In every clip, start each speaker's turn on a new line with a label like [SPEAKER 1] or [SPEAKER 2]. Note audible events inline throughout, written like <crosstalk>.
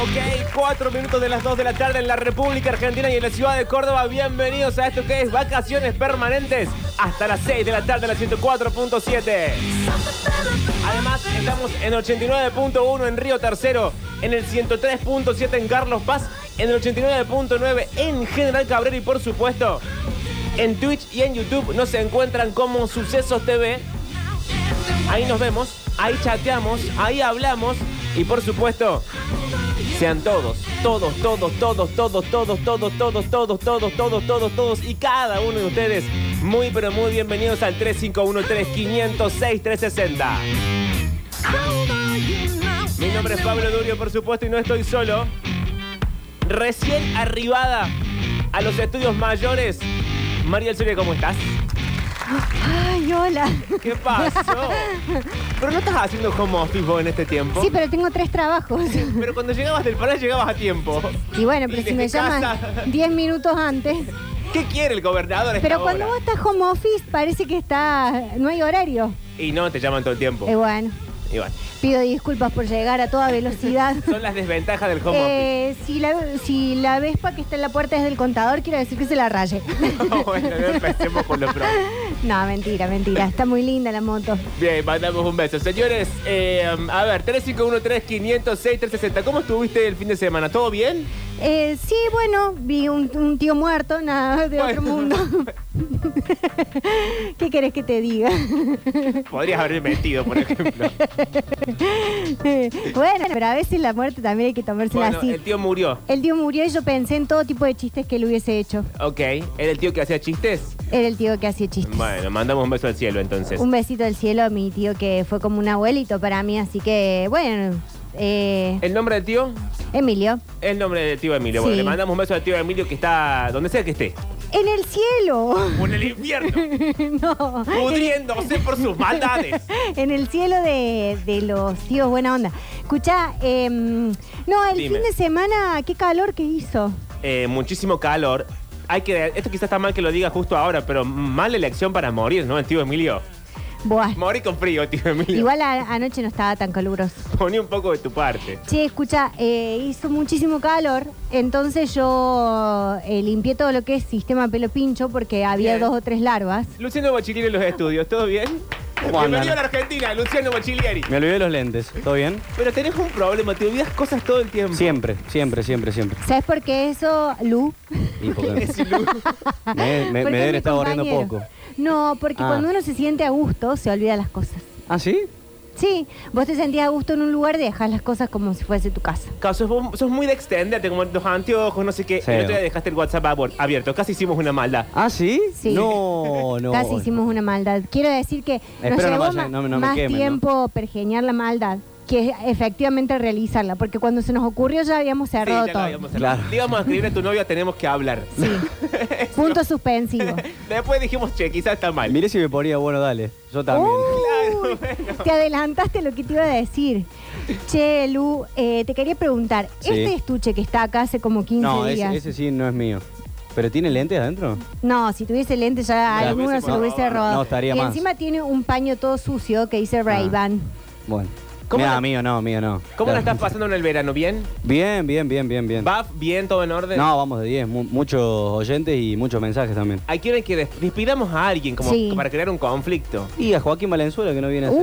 [SPEAKER 1] Ok, cuatro minutos de las dos de la tarde en la República Argentina y en la ciudad de Córdoba. Bienvenidos a esto que es Vacaciones Permanentes hasta las 6 de la tarde en la 104.7. Además, estamos en 89.1 en Río Tercero, en el 103.7 en Carlos Paz, en el 89.9 en General Cabrera y por supuesto, en Twitch y en YouTube nos encuentran como Sucesos TV. Ahí nos vemos, ahí chateamos, ahí hablamos y por supuesto, sean todos, todos, todos, todos, todos, todos, todos, todos, todos, todos, todos, todos, todos y cada uno de ustedes muy pero muy bienvenidos al 351-3506-360. Mi nombre es Pablo Durio, por supuesto, y no estoy solo. Recién arribada a los estudios mayores. María Elcelia, ¿cómo estás?
[SPEAKER 2] Ay,
[SPEAKER 1] <laughs>
[SPEAKER 2] hola.
[SPEAKER 1] ¿Qué pasó? Pero no estás haciendo home office vos en este tiempo.
[SPEAKER 2] <laughs> Sí, pero tengo tres trabajos.
[SPEAKER 1] Pero cuando llegabas del pará llegabas a tiempo.
[SPEAKER 2] <laughs> Y bueno,
[SPEAKER 1] Y
[SPEAKER 2] pero si
[SPEAKER 1] desde
[SPEAKER 2] me <laughs>
[SPEAKER 1] casa.
[SPEAKER 2] llaman 10 minutos
[SPEAKER 1] <laughs>
[SPEAKER 2] antes.
[SPEAKER 1] ¿Qué quiere el gobernador a esta
[SPEAKER 2] Pero cuando
[SPEAKER 1] hora?
[SPEAKER 2] vos estás home office parece que está no hay horario.
[SPEAKER 1] Y no, te llaman todo el tiempo.
[SPEAKER 2] Eh, bueno,
[SPEAKER 1] Y bueno,
[SPEAKER 2] pido disculpas por llegar a toda velocidad.
[SPEAKER 1] son las desventajas del <laughs> home office.
[SPEAKER 2] Eh, si, la, si la Vespa que está en la puerta es del contador, quiero decir que se la raye.
[SPEAKER 1] <laughs>
[SPEAKER 2] <laughs>
[SPEAKER 1] bueno, no empecemos con lo pronto.
[SPEAKER 2] no, mentira, mentira. Está muy linda la moto.
[SPEAKER 1] Bien, mandamos un beso. Señores, eh, a ver, 351-3506-360. ¿Cómo estuviste el fin de semana? ¿Todo bien?
[SPEAKER 2] Eh, sí, bueno, vi un, un tío muerto, nada de otro
[SPEAKER 1] Bueno.
[SPEAKER 2] mundo.
[SPEAKER 1] <laughs>
[SPEAKER 2] <laughs> ¿Qué querés que te diga?
[SPEAKER 1] Podrías haber metido, por ejemplo.
[SPEAKER 2] <laughs> bueno, pero a veces la muerte también hay que tomársela
[SPEAKER 1] Bueno,
[SPEAKER 2] así.
[SPEAKER 1] el
[SPEAKER 2] El...
[SPEAKER 1] tío murió.
[SPEAKER 2] tío murió y yo pensé en todo tipo de chistes que él hubiese hecho.
[SPEAKER 1] Ok. ¿Era el tío que hacía chistes?
[SPEAKER 2] Era el tío que hacía chistes.
[SPEAKER 1] Bueno, mandamos un beso al cielo entonces.
[SPEAKER 2] Un besito del cielo a mi tío que fue como un abuelito para mí, así que bueno, eh,
[SPEAKER 1] ¿El nombre del tío?
[SPEAKER 2] Emilio.
[SPEAKER 1] El nombre del tío Emilio. Bueno,
[SPEAKER 2] Sí.
[SPEAKER 1] le mandamos un beso al tío Emilio que está donde sea que esté.
[SPEAKER 2] En el cielo. <laughs>
[SPEAKER 1] O en el infierno, <laughs>
[SPEAKER 2] no.
[SPEAKER 1] pudriéndose por sus maldades.
[SPEAKER 2] En el cielo de, de los tíos, buena onda. Escucha, no, el
[SPEAKER 1] Dime.
[SPEAKER 2] fin de semana, qué calor que hizo.
[SPEAKER 1] Eh, muchísimo calor. Hay que. Esto quizás está mal que lo diga justo ahora, pero mala elección para morir, ¿no? El tío Emilio.
[SPEAKER 2] Buah.
[SPEAKER 1] Morir con frío, tío Emilio.
[SPEAKER 2] Igual a- anoche no estaba tan caluroso.
[SPEAKER 1] Poní un poco de tu parte.
[SPEAKER 2] Che, escucha, eh, hizo muchísimo calor, entonces yo eh, limpié todo lo que es sistema pelo pincho porque había
[SPEAKER 1] Bien.
[SPEAKER 2] dos o tres larvas.
[SPEAKER 1] Luciano Bachilieri en los estudios, ¿todo bien?
[SPEAKER 3] ¿Cómo andan?
[SPEAKER 1] Bienvenido a la Argentina, Luciano Bachilieri.
[SPEAKER 3] Me olvidé los lentes. ¿Todo bien?
[SPEAKER 1] Pero tenés un problema, te olvidas cosas todo el tiempo.
[SPEAKER 3] Siempre, siempre,
[SPEAKER 2] <laughs>
[SPEAKER 3] siempre, siempre.
[SPEAKER 2] ¿Sabes por qué eso, Lu?
[SPEAKER 3] Y porque
[SPEAKER 1] Es ilu-
[SPEAKER 2] <laughs>
[SPEAKER 3] me, me-
[SPEAKER 2] Porque
[SPEAKER 3] me
[SPEAKER 2] es
[SPEAKER 3] deben
[SPEAKER 2] mi
[SPEAKER 3] estar barriendo
[SPEAKER 2] compañero.
[SPEAKER 3] poco.
[SPEAKER 2] No, porque
[SPEAKER 3] Ah.
[SPEAKER 2] cuando uno se siente a gusto, se olvida las cosas.
[SPEAKER 3] ¿Ah, sí?
[SPEAKER 2] Sí, vos te sentías a gusto en un lugar y dejas las cosas como si fuese tu casa.
[SPEAKER 1] Claro, sos, vos- sos muy de extenderte, como los anteojos, no sé qué.
[SPEAKER 3] Sí.
[SPEAKER 1] El otro día dejaste el WhatsApp abu- abierto. Casi hicimos una maldad.
[SPEAKER 3] ¿Ah, sí?
[SPEAKER 2] Sí. <laughs>
[SPEAKER 3] No, no.
[SPEAKER 2] Casi hicimos una maldad. Quiero decir que nos
[SPEAKER 3] Espero no
[SPEAKER 2] llevó
[SPEAKER 3] vaya-
[SPEAKER 2] ma-
[SPEAKER 3] no me- no me
[SPEAKER 2] más
[SPEAKER 3] quemen, ¿no?
[SPEAKER 2] tiempo pergeñar la maldad que efectivamente realizarla, porque cuando se nos ocurrió ya habíamos
[SPEAKER 1] Sí, ya
[SPEAKER 2] cerrado
[SPEAKER 1] lo
[SPEAKER 2] todo.
[SPEAKER 1] habíamos cerrado.
[SPEAKER 3] Claro.
[SPEAKER 1] Le íbamos a escribir a tu novia, tenemos que hablar.
[SPEAKER 2] Punto suspensivo.
[SPEAKER 1] <laughs> Después dijimos, che, quizás está mal.
[SPEAKER 3] Mire si me ponía, bueno, dale. Yo también.
[SPEAKER 2] Oh,
[SPEAKER 1] Claro,
[SPEAKER 2] Uy,
[SPEAKER 1] bueno.
[SPEAKER 2] Te adelantaste lo que te iba a decir. Che, Lu, eh, te quería preguntar,
[SPEAKER 3] Sí.
[SPEAKER 2] este estuche que está acá hace como 15
[SPEAKER 3] No,
[SPEAKER 2] días.
[SPEAKER 3] ese, ese sí no es mío. ¿Pero tiene lentes adentro?
[SPEAKER 2] No, si tuviese lente ya
[SPEAKER 3] Ya,
[SPEAKER 2] alguno
[SPEAKER 1] hubiese
[SPEAKER 2] se lo hubiese
[SPEAKER 1] probado.
[SPEAKER 2] robado.
[SPEAKER 3] No, estaría
[SPEAKER 2] y
[SPEAKER 3] más.
[SPEAKER 2] encima tiene un paño todo sucio que dice Ray-Ban.
[SPEAKER 3] Bueno.
[SPEAKER 1] ¿Cómo
[SPEAKER 3] Mirá,
[SPEAKER 1] la-
[SPEAKER 3] mío no, mío no.
[SPEAKER 1] ¿Cómo la
[SPEAKER 3] Claro.
[SPEAKER 1] estás pasando en el verano? ¿Bien?
[SPEAKER 3] Bien, bien, bien, bien, bien.
[SPEAKER 1] ¿Va bien? ¿Todo en orden?
[SPEAKER 3] No, vamos de 10. Mu- muchos oyentes y muchos mensajes también.
[SPEAKER 1] Hay quienes que des- despidamos a alguien como
[SPEAKER 2] Sí.
[SPEAKER 1] para crear un conflicto.
[SPEAKER 3] Y a Joaquín Valenzuela que no viene a hacer.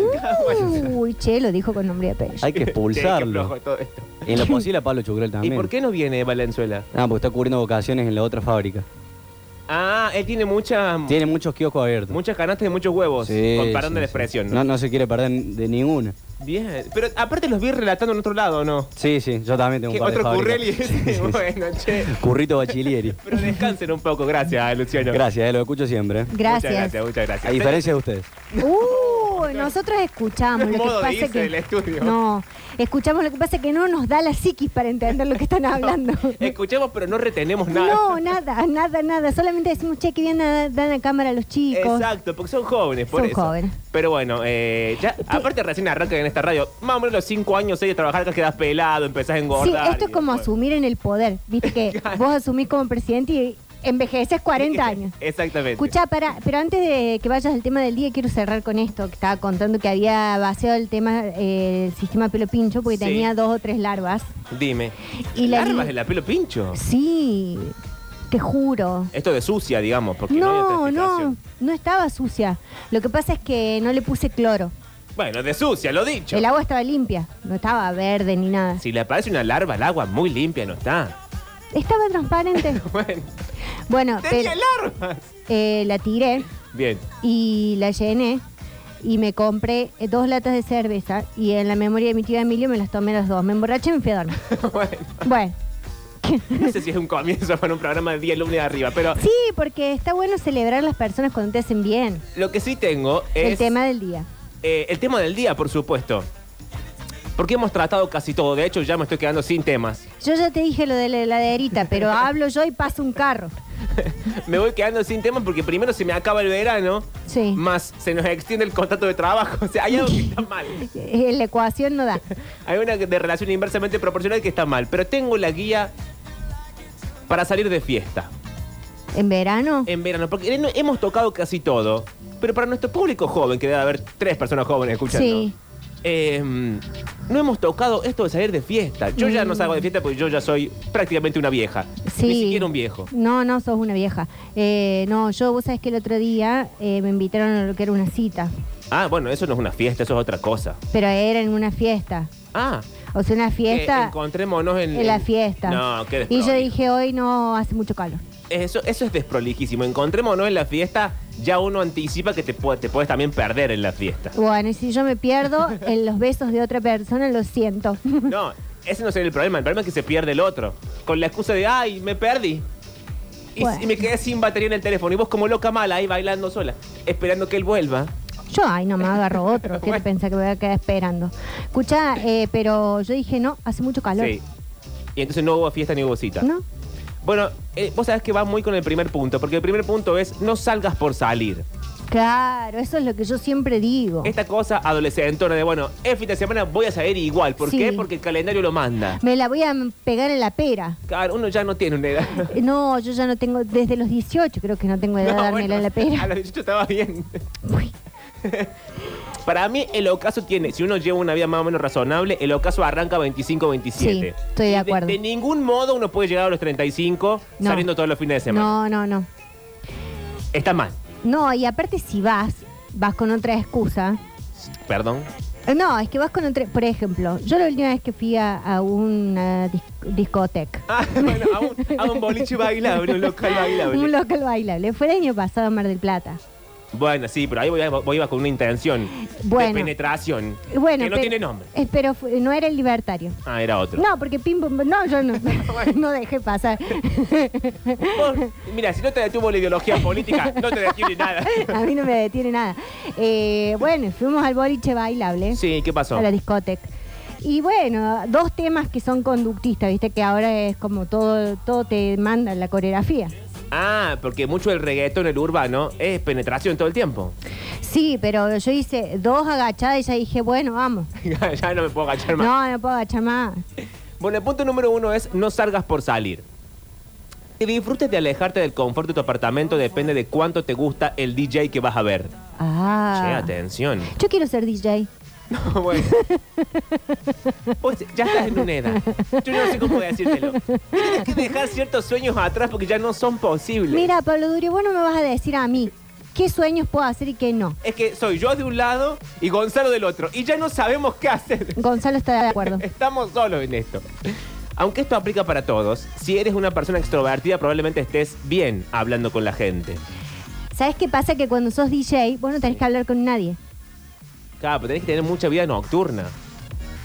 [SPEAKER 2] Uh. Uy, che, lo dijo con nombre de apellido.
[SPEAKER 1] <laughs>
[SPEAKER 3] Hay que
[SPEAKER 1] Che, qué flojo
[SPEAKER 3] expulsarlo.
[SPEAKER 1] todo esto.
[SPEAKER 3] Y en lo posible a Pablo Chucrel
[SPEAKER 1] ¿Y
[SPEAKER 3] también.
[SPEAKER 1] por qué no viene Valenzuela?
[SPEAKER 3] Ah, porque está cubriendo vocaciones en la otra fábrica.
[SPEAKER 1] Ah, él tiene muchas
[SPEAKER 3] Tiene muchos kioscos abiertos.
[SPEAKER 1] muchas canastas y muchos huevos.
[SPEAKER 3] Sí,
[SPEAKER 1] con perdón
[SPEAKER 3] sí,
[SPEAKER 1] de la
[SPEAKER 3] sí.
[SPEAKER 1] expresión.
[SPEAKER 3] No,
[SPEAKER 1] ¿no?
[SPEAKER 3] no se quiere perder de ninguna.
[SPEAKER 1] Bien. Pero aparte los vi relatando en otro lado, ¿no?
[SPEAKER 3] Sí, sí, yo también tengo un
[SPEAKER 1] ¿Qué,
[SPEAKER 3] par de
[SPEAKER 1] otro
[SPEAKER 3] fábricas.
[SPEAKER 1] <laughs> Currelli.
[SPEAKER 3] <laughs> Sí, sí, sí.
[SPEAKER 1] bueno, che.
[SPEAKER 3] Currito Bachilieri.
[SPEAKER 1] Pero descansen un poco. Gracias, Luciano.
[SPEAKER 3] Gracias, eh, lo escucho siempre. eh.
[SPEAKER 2] Gracias.
[SPEAKER 1] Muchas gracias, muchas gracias.
[SPEAKER 3] A diferencia de ustedes.
[SPEAKER 2] Uh, nosotros escuchamos. Lo
[SPEAKER 1] Modo
[SPEAKER 2] que
[SPEAKER 1] de
[SPEAKER 2] pasa
[SPEAKER 1] irse
[SPEAKER 2] que,
[SPEAKER 1] del estudio.
[SPEAKER 2] No, escuchamos lo que pasa que no nos da la psiquis para entender lo que están hablando.
[SPEAKER 1] Escuchemos, pero no retenemos nada.
[SPEAKER 2] No, nada, nada, nada. Solamente decimos, che, que bien a- dan a cámara los chicos.
[SPEAKER 1] Exacto, porque son jóvenes, por
[SPEAKER 2] Son
[SPEAKER 1] eso.
[SPEAKER 2] jóvenes.
[SPEAKER 1] Pero bueno, eh, ya, aparte recién arrancan en esta radio. Más o menos los 5 años, 6 de trabajar, acá quedas pelado, empezás a
[SPEAKER 2] Sí,
[SPEAKER 1] engordar.
[SPEAKER 2] esto es
[SPEAKER 1] y
[SPEAKER 2] como
[SPEAKER 1] después- <laughs>
[SPEAKER 2] asumir en el poder. Viste que vos asumís como presidente y envejeces
[SPEAKER 1] <laughs>
[SPEAKER 2] 40 años.
[SPEAKER 1] Exactamente.
[SPEAKER 2] Escucha, para, pero antes de que vayas al tema del día, quiero cerrar con esto, que estaba contando que había vaciado el tema, eh, el sistema pelo pincho, porque
[SPEAKER 1] Sí.
[SPEAKER 2] tenía dos o tres larvas.
[SPEAKER 1] Dime.
[SPEAKER 2] Y la-
[SPEAKER 1] ¿Larvas de la pelo pincho?
[SPEAKER 2] Sí, te juro.
[SPEAKER 1] Esto de sucia, digamos, porque no, hay
[SPEAKER 2] No,
[SPEAKER 1] otra
[SPEAKER 2] no,
[SPEAKER 1] explicación.
[SPEAKER 2] no estaba sucia. Lo que pasa es que no le puse cloro.
[SPEAKER 1] Bueno, de sucia, lo dicho.
[SPEAKER 2] El agua estaba limpia, no estaba verde ni nada.
[SPEAKER 1] Si le aparece una larva, el agua muy limpia no
[SPEAKER 2] <laughs>
[SPEAKER 1] está.
[SPEAKER 2] Estaba
[SPEAKER 1] <laughs>
[SPEAKER 2] transparente.
[SPEAKER 1] Bueno,
[SPEAKER 2] bueno,
[SPEAKER 1] tenía
[SPEAKER 2] pero,
[SPEAKER 1] larvas.
[SPEAKER 2] eh, la tiré <laughs>
[SPEAKER 1] Bien.
[SPEAKER 2] y la llené y me compré eh, dos latas de cerveza y en la memoria de mi tío Emilio me las tomé las dos. Me emborraché y me fui a
[SPEAKER 1] <laughs>
[SPEAKER 2] dormir.
[SPEAKER 1] bueno,
[SPEAKER 2] bueno.
[SPEAKER 1] no sé si es un comienzo para un programa de 10 lunes arriba, pero
[SPEAKER 2] Sí, porque está bueno celebrar las personas cuando te hacen bien.
[SPEAKER 1] lo que sí tengo es
[SPEAKER 2] El tema del día.
[SPEAKER 1] eh, el tema del día, por supuesto. Porque hemos tratado casi todo. De hecho, ya me estoy quedando sin temas.
[SPEAKER 2] Yo ya te dije lo de la heladerita,
[SPEAKER 1] <laughs>
[SPEAKER 2] pero hablo yo y pasa un carro.
[SPEAKER 1] Me voy quedando sin temas porque primero se me acaba el verano,
[SPEAKER 2] Sí.
[SPEAKER 1] más se nos extiende el contrato de trabajo. <laughs> O sea, hay algo que está mal.
[SPEAKER 2] Eh, La
[SPEAKER 1] <laughs>
[SPEAKER 2] ecuación no da.
[SPEAKER 1] Hay una de relación inversamente proporcional que está mal, pero tengo la guía para salir de fiesta
[SPEAKER 2] En verano,
[SPEAKER 1] en verano, porque en- hemos tocado casi todo, pero para nuestro público joven, que debe haber tres personas jóvenes escuchando,
[SPEAKER 2] Sí.
[SPEAKER 1] eh, no hemos tocado esto de salir de fiesta. Yo ya no salgo de fiesta porque yo ya soy prácticamente una vieja,
[SPEAKER 2] Mm. sí.
[SPEAKER 1] ni siquiera un viejo.
[SPEAKER 2] No, no, sos una vieja. Eh, no, yo, vos sabés que el otro día eh, me invitaron a lo que era una cita,
[SPEAKER 1] Ah, bueno, eso no es una fiesta, eso es otra cosa.
[SPEAKER 2] pero era en una fiesta.
[SPEAKER 1] Ah,
[SPEAKER 2] O sea, una
[SPEAKER 1] que
[SPEAKER 2] fiesta
[SPEAKER 1] encontrémonos Eh, en,
[SPEAKER 2] en la fiesta.
[SPEAKER 1] No, qué
[SPEAKER 2] y yo
[SPEAKER 1] desprolijo.
[SPEAKER 2] dije, hoy no hace mucho calor.
[SPEAKER 1] Eso, eso es desprolijísimo. Encontrémonos en la fiesta, ya uno anticipa que te, pu- te puedes también perder en la fiesta.
[SPEAKER 2] Bueno, y si yo
[SPEAKER 1] <laughs>
[SPEAKER 2] me pierdo en los besos de otra persona, lo siento. <laughs>
[SPEAKER 1] No, ese no sería el problema. El problema es que se pierde el otro. Con la excusa de, ay, me perdí. Y,
[SPEAKER 2] Bueno.
[SPEAKER 1] y me quedé sin batería en el teléfono. Y vos como loca mala ahí bailando sola, esperando que él vuelva.
[SPEAKER 2] Yo, ay, no me agarro otro. ¿Qué te
[SPEAKER 1] Bueno.
[SPEAKER 2] pensás que me voy a quedar esperando? Escucha, pero yo dije, no, hace mucho calor.
[SPEAKER 1] Sí. Y entonces no hubo fiesta ni hubo cita.
[SPEAKER 2] ¿No?
[SPEAKER 1] Bueno, eh, vos sabés que va muy con el primer punto, porque el primer punto es no salgas por salir.
[SPEAKER 2] Claro, eso es lo que yo siempre digo.
[SPEAKER 1] Esta cosa adolescentona de, bueno, es fin de semana, voy a salir igual. ¿Por
[SPEAKER 2] Sí.
[SPEAKER 1] qué? Porque el calendario lo manda.
[SPEAKER 2] Me la voy a pegar en la pera.
[SPEAKER 1] Claro, uno ya no tiene una
[SPEAKER 2] <laughs>
[SPEAKER 1] edad.
[SPEAKER 2] Eh, No, yo ya no tengo, desde los 18 creo que no tengo edad de
[SPEAKER 1] No,
[SPEAKER 2] dármela
[SPEAKER 1] bueno,
[SPEAKER 2] en
[SPEAKER 1] <laughs> A
[SPEAKER 2] la pera.
[SPEAKER 1] los 18 estaba bien.
[SPEAKER 2] Uy,
[SPEAKER 1] <laughs> Para mí, el ocaso tiene, si uno lleva una vida más o menos razonable, el ocaso arranca 25, 27.
[SPEAKER 2] Sí, estoy de
[SPEAKER 1] Y
[SPEAKER 2] acuerdo.
[SPEAKER 1] De, ningún modo uno puede llegar a los 35
[SPEAKER 2] No.
[SPEAKER 1] saliendo todos los fines de semana.
[SPEAKER 2] no, no, no.
[SPEAKER 1] Está mal.
[SPEAKER 2] No, y aparte si vas, vas con otra excusa.
[SPEAKER 1] Perdón.
[SPEAKER 2] <laughs> Eh, No, es que vas con otra, por ejemplo, yo la última vez que fui a, a una dis- discoteca.
[SPEAKER 1] Ah, bueno, a un, a un boliche bailable, <laughs> un local bailable.
[SPEAKER 2] Un local bailable. Fue el año pasado a Mar del Plata.
[SPEAKER 1] Bueno, sí, pero ahí voy, a- voy a con una intención
[SPEAKER 2] Bueno.
[SPEAKER 1] de penetración
[SPEAKER 2] Eh, Bueno,
[SPEAKER 1] que no
[SPEAKER 2] pe-
[SPEAKER 1] tiene nombre.
[SPEAKER 2] eh, pero fu- no era el libertario.
[SPEAKER 1] Ah, era otro.
[SPEAKER 2] No, porque pim pum, pum, no, yo
[SPEAKER 1] <laughs>
[SPEAKER 2] no, <laughs> no dejé pasar. <laughs>
[SPEAKER 1] Vos- mira, si no te detuvo la ideología política, no te detiene
[SPEAKER 2] <laughs>
[SPEAKER 1] nada.
[SPEAKER 2] a mí no me detiene nada. Eh, bueno, fuimos al boliche bailable,
[SPEAKER 1] Sí, ¿qué pasó?
[SPEAKER 2] a la discoteca. Y bueno, dos temas que son conductistas, viste que ahora es como todo, todo te manda en la coreografía.
[SPEAKER 1] Ah, porque mucho del reggaetón, el urbano, es penetración todo el tiempo. <laughs>
[SPEAKER 2] Sí, pero yo hice dos agachadas y ya dije, bueno, vamos.
[SPEAKER 1] ya no me puedo agachar más.
[SPEAKER 2] No, no puedo agachar más.
[SPEAKER 1] Eh, Bueno, el punto número uno es no salgas por salir. Que disfrutes de alejarte del confort de tu apartamento depende de cuánto te gusta el DJ que vas a ver. Che,
[SPEAKER 2] Ah. <laughs>
[SPEAKER 1] atención.
[SPEAKER 2] Yo quiero ser DJ.
[SPEAKER 1] No, bueno. Vos ya estás en una edad. Yo no sé cómo decírtelo. Tienes que dejar ciertos sueños atrás porque ya no son posibles.
[SPEAKER 2] Mira, Pablo Durio, vos no me vas a decir a mí qué sueños puedo hacer y qué no.
[SPEAKER 1] Es que soy yo de un lado y Gonzalo del otro. Y ya no sabemos qué hacer.
[SPEAKER 2] Gonzalo está
[SPEAKER 1] <laughs>
[SPEAKER 2] de acuerdo.
[SPEAKER 1] Estamos solos en esto. Aunque esto aplica para todos, si eres una persona extrovertida probablemente estés bien hablando con la gente.
[SPEAKER 2] ¿Sabes qué pasa? Que cuando sos DJ, vos no tenés que hablar con nadie.
[SPEAKER 1] Claro, pero tenés que tener mucha vida nocturna.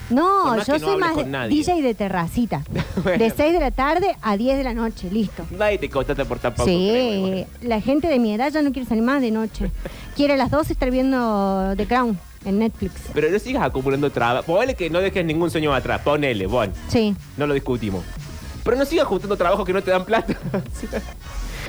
[SPEAKER 2] No,
[SPEAKER 1] Por más
[SPEAKER 2] yo
[SPEAKER 1] que no
[SPEAKER 2] soy
[SPEAKER 1] hables
[SPEAKER 2] más
[SPEAKER 1] con
[SPEAKER 2] de-
[SPEAKER 1] nadie.
[SPEAKER 2] DJ
[SPEAKER 1] <laughs>
[SPEAKER 2] de terracita. De
[SPEAKER 1] Bueno.
[SPEAKER 2] 6 de la tarde a 10 de la noche, listo.
[SPEAKER 1] Nadie te contrata por tampoco. creo,
[SPEAKER 2] Sí,
[SPEAKER 1] igual.
[SPEAKER 2] la gente de mi edad ya no quiere salir más de noche. Quiere a las 12 estar viendo The Crown en Netflix.
[SPEAKER 1] Pero no sigas acumulando trabajo. Ponele que no dejes ningún sueño atrás. Ponele, bueno,
[SPEAKER 2] Sí. <laughs>
[SPEAKER 1] no lo discutimos. Pero no sigas juntando trabajos que no te dan plata. <laughs>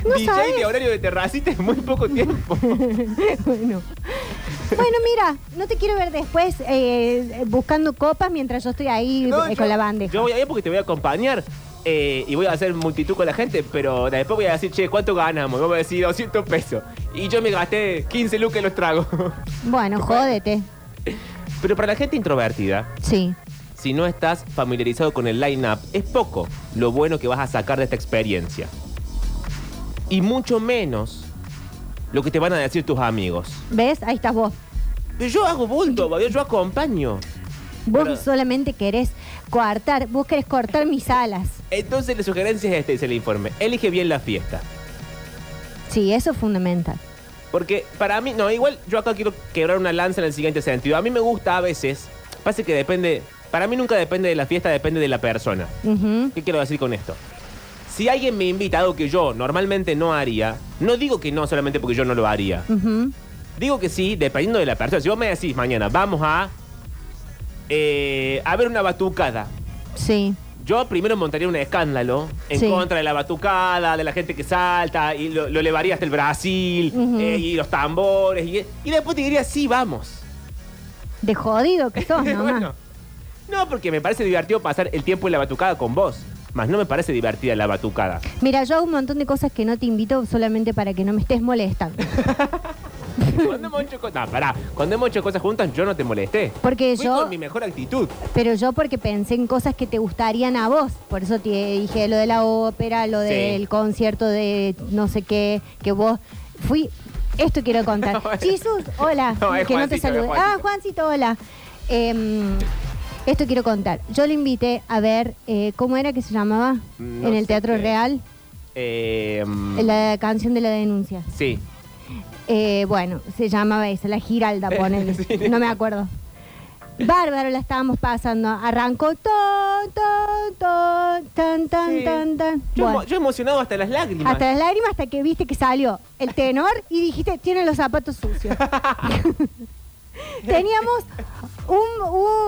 [SPEAKER 2] No
[SPEAKER 1] DJ
[SPEAKER 2] sabes.
[SPEAKER 1] de horario de terracita es muy poco
[SPEAKER 2] <laughs>
[SPEAKER 1] tiempo.
[SPEAKER 2] bueno. Bueno, mira, no te quiero ver después eh, buscando copas mientras yo estoy ahí
[SPEAKER 1] No,
[SPEAKER 2] eh,
[SPEAKER 1] yo-
[SPEAKER 2] con la bandeja.
[SPEAKER 1] Yo voy ahí porque te voy a acompañar. eh, y voy a hacer multitud con la gente, pero después voy a decir, che, ¿cuánto ganamos? Y Vamos a decir 200 pesos. Y yo me gasté 15 lucas en los tragos. <laughs>
[SPEAKER 2] Bueno, jódete.
[SPEAKER 1] pero para la gente introvertida,
[SPEAKER 2] Sí.
[SPEAKER 1] si no estás familiarizado con el line-up, es poco lo bueno que vas a sacar de esta experiencia. Y mucho menos lo que te van a decir tus amigos.
[SPEAKER 2] ¿Ves? Ahí estás vos.
[SPEAKER 1] Pero yo hago bulto, Babiol, yo acompaño.
[SPEAKER 2] Vos
[SPEAKER 1] Pero-
[SPEAKER 2] solamente querés coartar, vos querés cortar mis alas.
[SPEAKER 1] Entonces la sugerencia es esta, dice el informe. Elige bien la fiesta.
[SPEAKER 2] Sí, eso es fundamental.
[SPEAKER 1] Porque para mí, no, igual yo acá quiero quebrar una lanza en el siguiente sentido. A mí me gusta a veces, pasa que depende, para mí nunca depende de la fiesta, depende de la persona.
[SPEAKER 2] Ujú.
[SPEAKER 1] ¿Qué quiero decir con esto? Si alguien me invita a algo que yo normalmente no haría, no digo que no solamente porque yo no lo haría.
[SPEAKER 2] Ujú.
[SPEAKER 1] Digo que sí, dependiendo de la persona. Si vos me decís mañana, vamos a, eh, a ver una batucada.
[SPEAKER 2] Sí.
[SPEAKER 1] Yo primero montaría un escándalo en
[SPEAKER 2] Sí.
[SPEAKER 1] contra de la batucada, de la gente que salta, y lo, lo elevaría hasta el Brasil,
[SPEAKER 2] Ujú.
[SPEAKER 1] eh, y los tambores, y, y después te diría, sí, vamos.
[SPEAKER 2] De jodido que sos, nomás.
[SPEAKER 1] <laughs> Bueno, no, porque me parece divertido pasar el tiempo en la batucada con vos. Más no me parece divertida la
[SPEAKER 2] <laughs>
[SPEAKER 1] batucada.
[SPEAKER 2] Mira, yo hago un montón de cosas que no te invito solamente para que no me estés molestando.
[SPEAKER 1] Cuando hemos hecho cosas. No, pará. Cuando hemos hecho cosas juntas, yo no te molesté.
[SPEAKER 2] Porque
[SPEAKER 1] Fui
[SPEAKER 2] yo,
[SPEAKER 1] con mi mejor actitud.
[SPEAKER 2] pero yo porque pensé en cosas que te gustarían a vos. Por eso te dije lo de la ópera, lo
[SPEAKER 1] Sí.
[SPEAKER 2] del concierto de no sé qué, que vos fui. Esto quiero
[SPEAKER 1] <laughs>
[SPEAKER 2] contar.
[SPEAKER 1] Bueno.
[SPEAKER 2] Jesús, hola.
[SPEAKER 1] <laughs> No, es
[SPEAKER 2] que no
[SPEAKER 1] Juancito,
[SPEAKER 2] te
[SPEAKER 1] es
[SPEAKER 2] salude.
[SPEAKER 1] Juancito.
[SPEAKER 2] Ah, Juancito, hola. Em, esto quiero contar. Yo lo invité a ver, eh, ¿cómo era que se llamaba?
[SPEAKER 1] No
[SPEAKER 2] en el
[SPEAKER 1] sé
[SPEAKER 2] Teatro
[SPEAKER 1] qué.
[SPEAKER 2] Real,
[SPEAKER 1] Eh, mm,
[SPEAKER 2] la canción de la denuncia.
[SPEAKER 1] Sí.
[SPEAKER 2] Eh, bueno, se llamaba esa, la Giralda, ponele.
[SPEAKER 1] Eh, Sí.
[SPEAKER 2] No me acuerdo. Bárbaro la estábamos pasando. Arrancó ton, ton, ton, tan, tan,
[SPEAKER 1] Sí.
[SPEAKER 2] tan, tan.
[SPEAKER 1] Yo,
[SPEAKER 2] Bueno,
[SPEAKER 1] emo- yo emocionado hasta las lágrimas.
[SPEAKER 2] hasta las lágrimas, hasta que viste que salió el tenor y dijiste, tiene los zapatos
[SPEAKER 1] <laughs>
[SPEAKER 2] sucios. Teníamos un,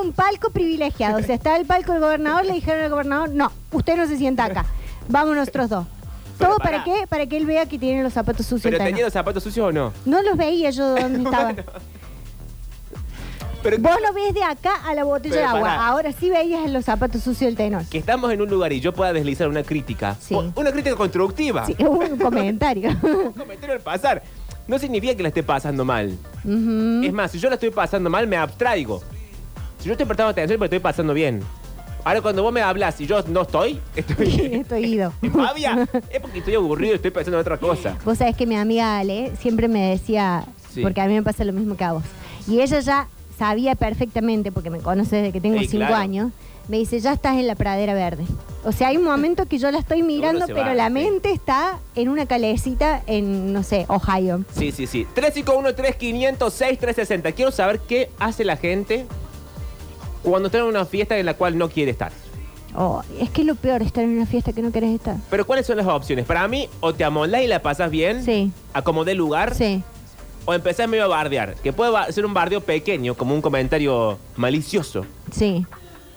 [SPEAKER 2] un palco privilegiado. O sea, estaba el palco del gobernador, le dijeron al gobernador, no, usted no se sienta acá. Vamos nosotros dos.
[SPEAKER 1] Pero
[SPEAKER 2] ¿Todo
[SPEAKER 1] pará.
[SPEAKER 2] para qué? Para que él vea que tiene los zapatos sucios.
[SPEAKER 1] ¿Pero
[SPEAKER 2] el tenor.
[SPEAKER 1] tenía los zapatos sucios o no?
[SPEAKER 2] No los veía
[SPEAKER 1] <laughs>
[SPEAKER 2] yo donde estaban.
[SPEAKER 1] Pero
[SPEAKER 2] Vos lo ves de acá a la botella
[SPEAKER 1] Pero
[SPEAKER 2] de agua.
[SPEAKER 1] pará.
[SPEAKER 2] Ahora sí veías los zapatos sucios del tenor.
[SPEAKER 1] que estamos en un lugar y yo pueda deslizar una crítica.
[SPEAKER 2] Sí.
[SPEAKER 1] o- Una crítica constructiva.
[SPEAKER 2] Sí, hubo un
[SPEAKER 1] <laughs>
[SPEAKER 2] comentario.
[SPEAKER 1] Un comentario al pasar. No significa que la esté pasando mal.
[SPEAKER 2] Ujú.
[SPEAKER 1] Es más, si yo la estoy pasando mal, me abstraigo. Si yo estoy prestando atención, pero estoy pasando bien. Ahora, cuando vos me hablas y yo no estoy, <laughs> estoy.
[SPEAKER 2] <laughs> Estoy ido.
[SPEAKER 1] Fabia, es porque estoy aburrido y estoy pensando en otra cosa.
[SPEAKER 2] Vos sabés que mi amiga Ale siempre me decía,
[SPEAKER 1] Sí.
[SPEAKER 2] porque a mí me pasa lo mismo que a vos. Y ella ya sabía perfectamente, porque me conoce desde que tengo
[SPEAKER 1] Sí,
[SPEAKER 2] cinco
[SPEAKER 1] claro.
[SPEAKER 2] años, me dice, ya estás en la pradera verde. O sea, hay un momento que yo la estoy mirando,
[SPEAKER 1] se
[SPEAKER 2] pero
[SPEAKER 1] va,
[SPEAKER 2] la
[SPEAKER 1] sí.
[SPEAKER 2] mente está en una calecita en, no sé, Ohio.
[SPEAKER 1] Sí, sí, sí. 351-3506-360. Quiero saber qué hace la gente cuando está en una fiesta en la cual no quiere estar.
[SPEAKER 2] Oh, es que es lo peor estar en una fiesta que no querés estar.
[SPEAKER 1] Pero ¿cuáles son las opciones? Para mí, o te amoldás y la pasas bien,
[SPEAKER 2] Sí.
[SPEAKER 1] acomodé lugar,
[SPEAKER 2] Sí.
[SPEAKER 1] o empezás medio a bardear, que puede ba- ser un bardeo pequeño, como un comentario malicioso.
[SPEAKER 2] Sí.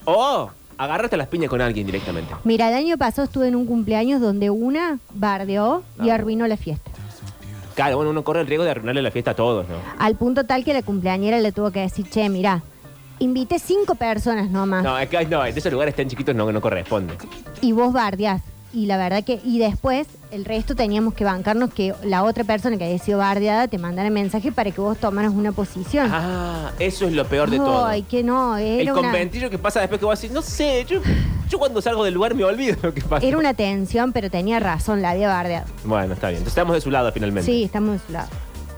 [SPEAKER 1] O agarraste las piñas con alguien directamente.
[SPEAKER 2] Mira, el año pasado estuve en un cumpleaños donde una bardeó y
[SPEAKER 1] Ah.
[SPEAKER 2] arruinó la fiesta.
[SPEAKER 1] Claro, bueno, uno corre el riesgo de arruinarle la fiesta a todos, ¿no?
[SPEAKER 2] Al punto tal que la cumpleañera le tuvo que decir, che, mira, invité cinco personas nomás
[SPEAKER 1] No, es que no, en esos lugares tan chiquitos no, no corresponde.
[SPEAKER 2] y vos bardeás. Y la verdad que, y después el resto teníamos que bancarnos que la otra persona que había sido bardeada te mandara mensaje para que vos tomaras una posición.
[SPEAKER 1] Ah, eso es lo peor de todo.
[SPEAKER 2] Ay, que no,
[SPEAKER 1] El
[SPEAKER 2] era una,
[SPEAKER 1] conventillo que pasa después que vos decís, no sé, yo, yo cuando salgo del lugar me olvido lo que pasa.
[SPEAKER 2] era una tensión, pero tenía razón, la había bardeado.
[SPEAKER 1] Bueno, está bien. Entonces estamos de su lado finalmente.
[SPEAKER 2] Sí, estamos de su lado.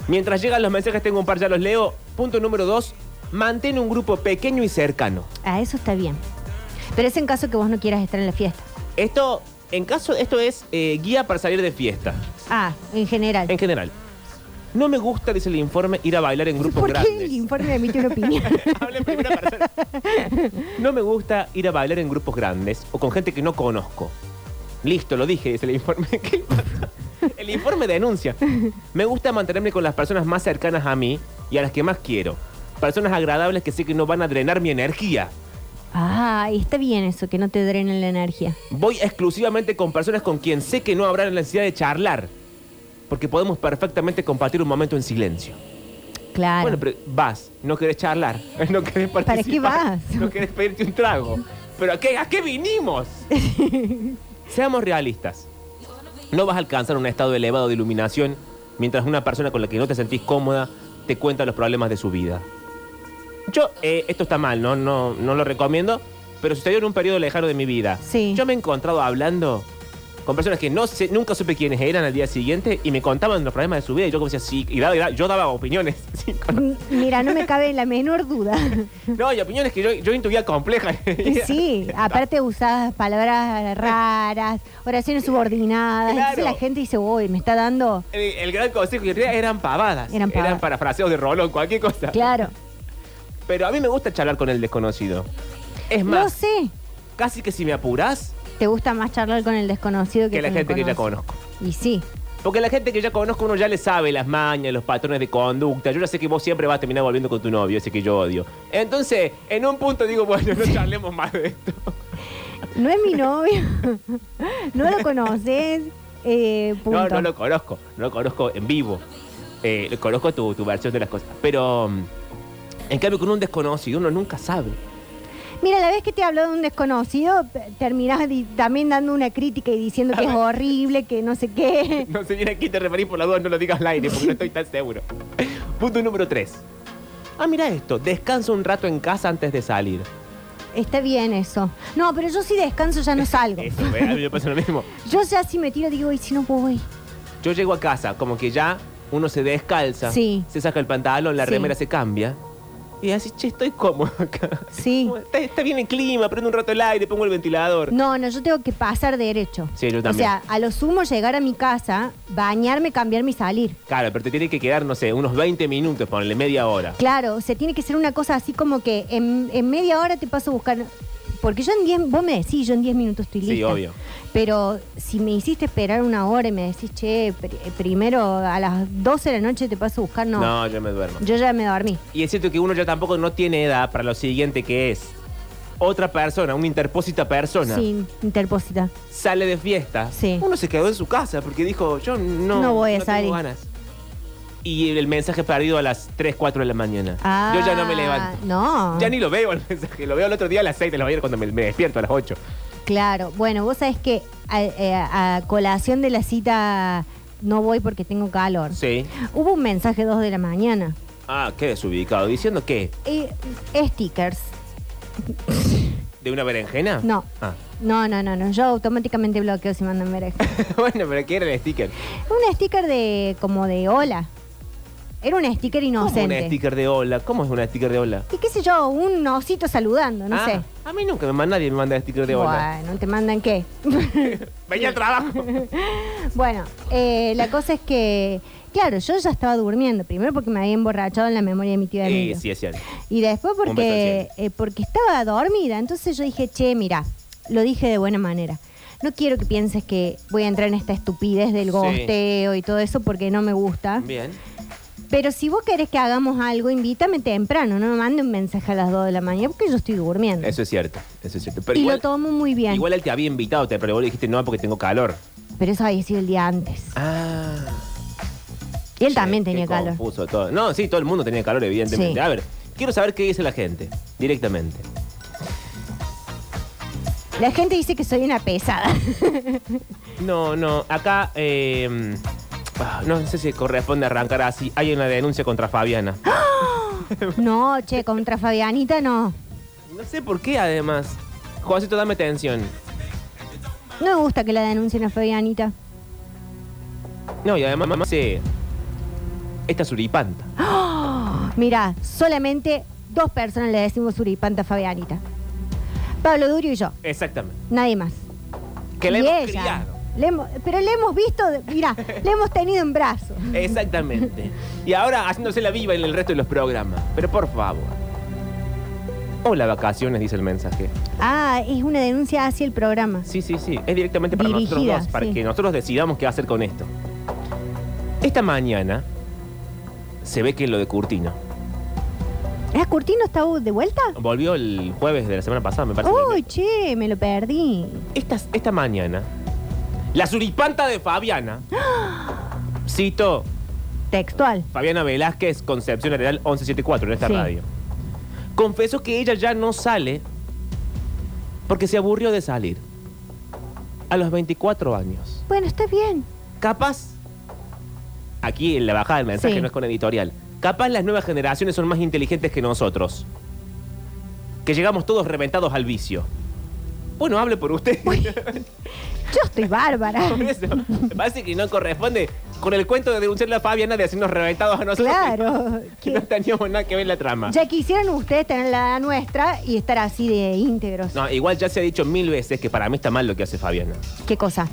[SPEAKER 1] Mientras llegan los mensajes, tengo un par, ya los leo. Punto número dos, mantén un grupo pequeño y cercano.
[SPEAKER 2] Ah, eso está bien. Pero es en caso que vos no quieras estar en la fiesta.
[SPEAKER 1] Esto, en caso, esto es eh, guía para salir de fiesta,
[SPEAKER 2] Ah, en general.
[SPEAKER 1] en general. No me gusta, dice el informe, ir a bailar en grupos
[SPEAKER 2] ¿Por qué
[SPEAKER 1] grandes.
[SPEAKER 2] el informe emite
[SPEAKER 1] <laughs>
[SPEAKER 2] una opinión?
[SPEAKER 1] Habla en primera persona. No me gusta ir a bailar en grupos grandes o con gente que no conozco. Listo, lo dije, dice el informe. <laughs> ¿Qué le pasa? El informe denuncia. Me gusta mantenerme con las personas más cercanas a mí y a las que más quiero. Personas agradables que sé que no van a drenar mi energía.
[SPEAKER 2] ah, está bien eso, que no te drenen la energía.
[SPEAKER 1] Voy exclusivamente con personas con quien sé que no habrá la necesidad de charlar. Porque podemos perfectamente compartir un momento en silencio.
[SPEAKER 2] Claro.
[SPEAKER 1] Bueno, pero vas, no querés charlar, <laughs> no querés participar.
[SPEAKER 2] ¿Para qué vas? <laughs>
[SPEAKER 1] No querés pedirte un trago. ¿Pero a qué, a qué vinimos? Seamos realistas. No vas a alcanzar un estado elevado de iluminación mientras una persona con la que no te sentís cómoda te cuenta los problemas de su vida. Yo, eh, esto está mal, ¿no? No, no lo recomiendo, pero sucedió en un periodo lejano de mi vida.
[SPEAKER 2] Sí.
[SPEAKER 1] Yo me he encontrado hablando con personas que no sé, nunca supe quiénes eran al día siguiente y me contaban los problemas de su vida y yo como decía, sí, y daba- y daba- yo daba opiniones. <laughs> sí, con-
[SPEAKER 2] M- Mira, no me cabe la menor duda.
[SPEAKER 1] <laughs> no, y opiniones que yo, yo intuía complejas. <laughs>
[SPEAKER 2] Sí, aparte usás palabras raras, oraciones subordinadas.
[SPEAKER 1] Claro.
[SPEAKER 2] Entonces la gente dice, uy, me está dando.
[SPEAKER 1] El, el gran consejo que en realidad eran pavadas.
[SPEAKER 2] Eran pavadas.
[SPEAKER 1] parafraseos de Rolón, cualquier cosa.
[SPEAKER 2] Claro.
[SPEAKER 1] Pero a mí me gusta charlar con el desconocido. Es más,
[SPEAKER 2] No sé.
[SPEAKER 1] casi que si me apurás,
[SPEAKER 2] ¿Te gusta más charlar con el desconocido que,
[SPEAKER 1] que la
[SPEAKER 2] con el
[SPEAKER 1] gente que ya
[SPEAKER 2] conoce?
[SPEAKER 1] conozco.
[SPEAKER 2] Y sí,
[SPEAKER 1] Porque la gente que ya conozco uno ya le sabe las mañas, los patrones de conducta. Yo ya sé que vos siempre vas a terminar volviendo con tu novio, ese que yo odio. Entonces, en un punto digo, bueno, no charlemos más de esto.
[SPEAKER 2] no es mi novio,
[SPEAKER 1] <laughs>
[SPEAKER 2] <laughs> no lo conoces, eh, punto.
[SPEAKER 1] No, no lo conozco. No lo conozco en vivo. Eh, conozco tu, tu versión de las cosas. Pero, mm, en cambio, con un desconocido uno nunca sabe.
[SPEAKER 2] Mira, la vez que te hablo de un desconocido, p- terminás di- también dando una crítica y diciendo que es horrible, que no sé qué.
[SPEAKER 1] No sé bien a quién te referís por la duda, no lo digas al aire porque no estoy tan seguro. Punto número 3. Ah, mira esto. Descansa un rato en casa antes de salir.
[SPEAKER 2] Está bien eso. No, pero yo si descanso ya no salgo.
[SPEAKER 1] Eso, ¿ves? a mí me pasa lo mismo.
[SPEAKER 2] Yo ya si me tiro digo, ¿y si no voy?
[SPEAKER 1] Yo llego a casa, como que ya uno se descalza.
[SPEAKER 2] Sí.
[SPEAKER 1] Se saca el pantalón, la
[SPEAKER 2] Sí.
[SPEAKER 1] remera se cambia. Y así, che, estoy cómodo acá.
[SPEAKER 2] Sí.
[SPEAKER 1] Está, está bien el clima, prendo un rato el aire, pongo el ventilador.
[SPEAKER 2] No, no, yo tengo que pasar derecho.
[SPEAKER 1] Sí, yo
[SPEAKER 2] O
[SPEAKER 1] también.
[SPEAKER 2] sea, a lo sumo llegar a mi casa, bañarme, cambiarme y salir.
[SPEAKER 1] Claro, pero te tiene que quedar, no sé, unos 20 minutos, ponle media hora.
[SPEAKER 2] Claro, o sea, tiene que ser una cosa así como que en, en media hora te paso a buscar. Porque yo en 10, vos me decís, yo en 10 minutos estoy
[SPEAKER 1] Sí,
[SPEAKER 2] lista.
[SPEAKER 1] obvio.
[SPEAKER 2] Pero si me hiciste esperar una hora y me decís, che, pr- primero a las 12 de la noche te paso a buscar, no.
[SPEAKER 1] no yo me duermo.
[SPEAKER 2] Yo ya me dormí.
[SPEAKER 1] Y es cierto que uno ya tampoco no tiene edad para lo siguiente que es. Otra persona, una interpósita persona,
[SPEAKER 2] Sí, interpósita.
[SPEAKER 1] sale de fiesta.
[SPEAKER 2] Sí.
[SPEAKER 1] Uno se quedó en su casa porque dijo, yo no,
[SPEAKER 2] No voy a
[SPEAKER 1] tengo
[SPEAKER 2] salir.
[SPEAKER 1] ganas. Y el mensaje perdido a las 3, 4 de la mañana.
[SPEAKER 2] Ah,
[SPEAKER 1] yo ya no me levanto.
[SPEAKER 2] No.
[SPEAKER 1] Ya ni lo veo el mensaje, lo veo el otro día a las 6 de la mañana cuando me, me despierto a las 8.
[SPEAKER 2] Claro, bueno, vos sabés que a, eh, a colación de la cita no voy porque tengo calor.
[SPEAKER 1] Sí.
[SPEAKER 2] Hubo un mensaje 2 de la mañana.
[SPEAKER 1] Ah, qué desubicado. ¿Diciendo qué?
[SPEAKER 2] Eh, stickers.
[SPEAKER 1] ¿De una berenjena?
[SPEAKER 2] No.
[SPEAKER 1] Ah. <laughs>
[SPEAKER 2] No, no, no, no. Yo automáticamente bloqueo si mandan merejo.
[SPEAKER 1] bueno, pero ¿qué era el sticker?
[SPEAKER 2] un sticker de como de hola. Era un sticker
[SPEAKER 1] ¿Cómo
[SPEAKER 2] inocente.
[SPEAKER 1] un sticker de hola? ¿Cómo es un sticker de hola?
[SPEAKER 2] Y qué sé yo, un osito saludando, no
[SPEAKER 1] Ah,
[SPEAKER 2] sé.
[SPEAKER 1] A mí nunca me manda nadie me manda sticker de hola.
[SPEAKER 2] Bueno, te mandan qué.
[SPEAKER 1] Venía al trabajo.
[SPEAKER 2] bueno, eh, la cosa es que, claro, yo ya estaba durmiendo. Primero porque me había emborrachado en la memoria de mi tío
[SPEAKER 1] Sí,
[SPEAKER 2] Emilio.
[SPEAKER 1] sí, es cierto.
[SPEAKER 2] Y después
[SPEAKER 1] Un beso al
[SPEAKER 2] porque, eh, porque estaba dormida. Entonces yo dije, che, mira, lo dije de buena manera. No quiero que pienses que voy a entrar en esta estupidez del
[SPEAKER 1] Sí.
[SPEAKER 2] gosteo y todo eso porque no me gusta.
[SPEAKER 1] Bien.
[SPEAKER 2] Pero si vos querés que hagamos algo, invítame temprano. No me mande un mensaje a las 2 de la mañana porque yo estoy durmiendo.
[SPEAKER 1] Eso es cierto. Eso es cierto. Pero
[SPEAKER 2] y
[SPEAKER 1] igual,
[SPEAKER 2] lo tomo muy bien.
[SPEAKER 1] igual él te había invitado, te- pero vos le dijiste no porque tengo calor.
[SPEAKER 2] Pero eso había sido el día antes.
[SPEAKER 1] Ah.
[SPEAKER 2] Y él también tenía calor.
[SPEAKER 1] Todo. No, sí, todo el mundo tenía calor, evidentemente.
[SPEAKER 2] Sí.
[SPEAKER 1] A ver, quiero saber qué dice la gente directamente.
[SPEAKER 2] La gente dice que soy
[SPEAKER 1] <laughs>
[SPEAKER 2] una pesada.
[SPEAKER 1] No, no, acá. eh, ah, no sé si corresponde arrancar así. Hay una denuncia contra Fabiana.
[SPEAKER 2] ¡Ah! no, che, contra Fabianita no.
[SPEAKER 1] No sé por qué, además. Juancito, dame atención.
[SPEAKER 2] No me gusta que la denuncien a Fabianita.
[SPEAKER 1] No, y además, mamá, sí. Esta suripanta.
[SPEAKER 2] Mirá, solamente dos personas le decimos suripanta a Fabianita. Pablo Durio y yo,
[SPEAKER 1] Exactamente.
[SPEAKER 2] nadie más.
[SPEAKER 1] Que la
[SPEAKER 2] y
[SPEAKER 1] hemos
[SPEAKER 2] ella.
[SPEAKER 1] criado.
[SPEAKER 2] Le hemos- pero le hemos visto, de- mirá, le hemos tenido en brazos.
[SPEAKER 1] Exactamente. Y ahora haciéndose la viva en el resto de los programas. Pero por favor. Hola, vacaciones, dice el mensaje.
[SPEAKER 2] Ah, es una denuncia hacia el programa.
[SPEAKER 1] Sí, sí, sí. Es directamente para
[SPEAKER 2] Dirigida,
[SPEAKER 1] nosotros dos, para
[SPEAKER 2] sí.
[SPEAKER 1] que nosotros decidamos qué hacer con esto. Esta mañana se ve que lo de Curtino.
[SPEAKER 2] ¿Ah, Curtino está de vuelta?
[SPEAKER 1] Volvió el jueves de la semana pasada, me parece.
[SPEAKER 2] Uy, che, me lo perdí.
[SPEAKER 1] Esta, esta mañana, la suripanta de
[SPEAKER 2] <gasps>
[SPEAKER 1] Fabiana. Cito
[SPEAKER 2] Textual.
[SPEAKER 1] Fabiana Velázquez, Concepción Arenal 1174, en esta
[SPEAKER 2] Sí.
[SPEAKER 1] radio. Confesó que ella ya no sale porque se aburrió de salir. a los 24 años.
[SPEAKER 2] Bueno, está bien.
[SPEAKER 1] Capaz, aquí en la bajada del mensaje
[SPEAKER 2] Sí.
[SPEAKER 1] no es con editorial, capaz las nuevas generaciones son más inteligentes que nosotros. Que llegamos todos reventados al vicio. Bueno, hable por usted.
[SPEAKER 2] Yo estoy bárbara.
[SPEAKER 1] <laughs> Por eso, me parece que no corresponde con el cuento de denunciarle a Fabiana de hacernos reventados a nosotros.
[SPEAKER 2] claro.
[SPEAKER 1] Que
[SPEAKER 2] que-
[SPEAKER 1] no teníamos nada que ver la trama.
[SPEAKER 2] ya quisieran ustedes tener la edad nuestra y estar así de íntegros.
[SPEAKER 1] No, igual ya se ha dicho mil veces que para mí está mal lo que hace Fabiana.
[SPEAKER 2] ¿Qué cosa?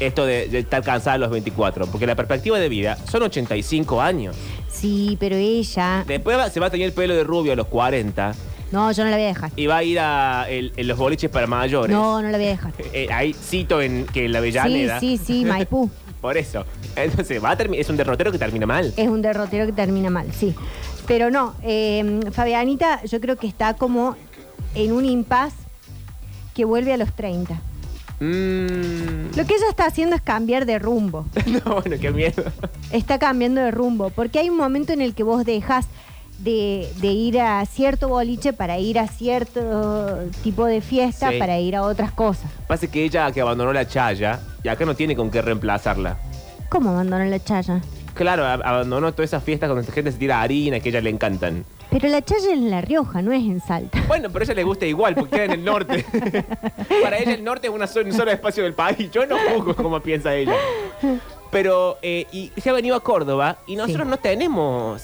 [SPEAKER 1] Esto de, de estar cansada a los 24. Porque la perspectiva de vida son 85 años.
[SPEAKER 2] Sí, pero ella.
[SPEAKER 1] Después va- se va a tener el pelo de rubio a los 40.
[SPEAKER 2] No, yo no la voy a dejar.
[SPEAKER 1] Y va a ir a el- en los boliches para mayores.
[SPEAKER 2] No, no la voy a dejar.
[SPEAKER 1] Eh, eh, ahí cito en, que en la
[SPEAKER 2] Sí,
[SPEAKER 1] Avellaneda.
[SPEAKER 2] sí, sí,
[SPEAKER 1] <laughs>
[SPEAKER 2] Maipú.
[SPEAKER 1] Por eso. Entonces, va a termi- es un derrotero que termina mal.
[SPEAKER 2] Es un derrotero que termina mal, sí. Pero no, eh, Fabianita yo creo que está como en un impas que vuelve a los 30. Eh.
[SPEAKER 1] Mm. <laughs>
[SPEAKER 2] Lo que ella está haciendo es cambiar de rumbo.
[SPEAKER 1] No, bueno, qué miedo.
[SPEAKER 2] Está cambiando de rumbo, porque hay un momento en el que vos dejas de, de ir a cierto boliche para ir a cierto tipo de fiesta,
[SPEAKER 1] Sí.
[SPEAKER 2] para ir a otras cosas.
[SPEAKER 1] Pasa que ella que abandonó la chaya y acá no tiene con qué reemplazarla.
[SPEAKER 2] ¿Cómo abandonó la chaya?
[SPEAKER 1] Claro, ab- abandonó todas esas fiestas donde la gente se tira harina que a ella le encantan.
[SPEAKER 2] Pero la chaya es en La Rioja, no es en Salta.
[SPEAKER 1] Bueno, pero a ella le gusta igual porque queda en el norte. <laughs> Para ella el norte es una zona, un solo espacio del país. Yo no juzgo como piensa ella. Pero, eh, y se ha venido a Córdoba y nosotros
[SPEAKER 2] Sí.
[SPEAKER 1] no tenemos.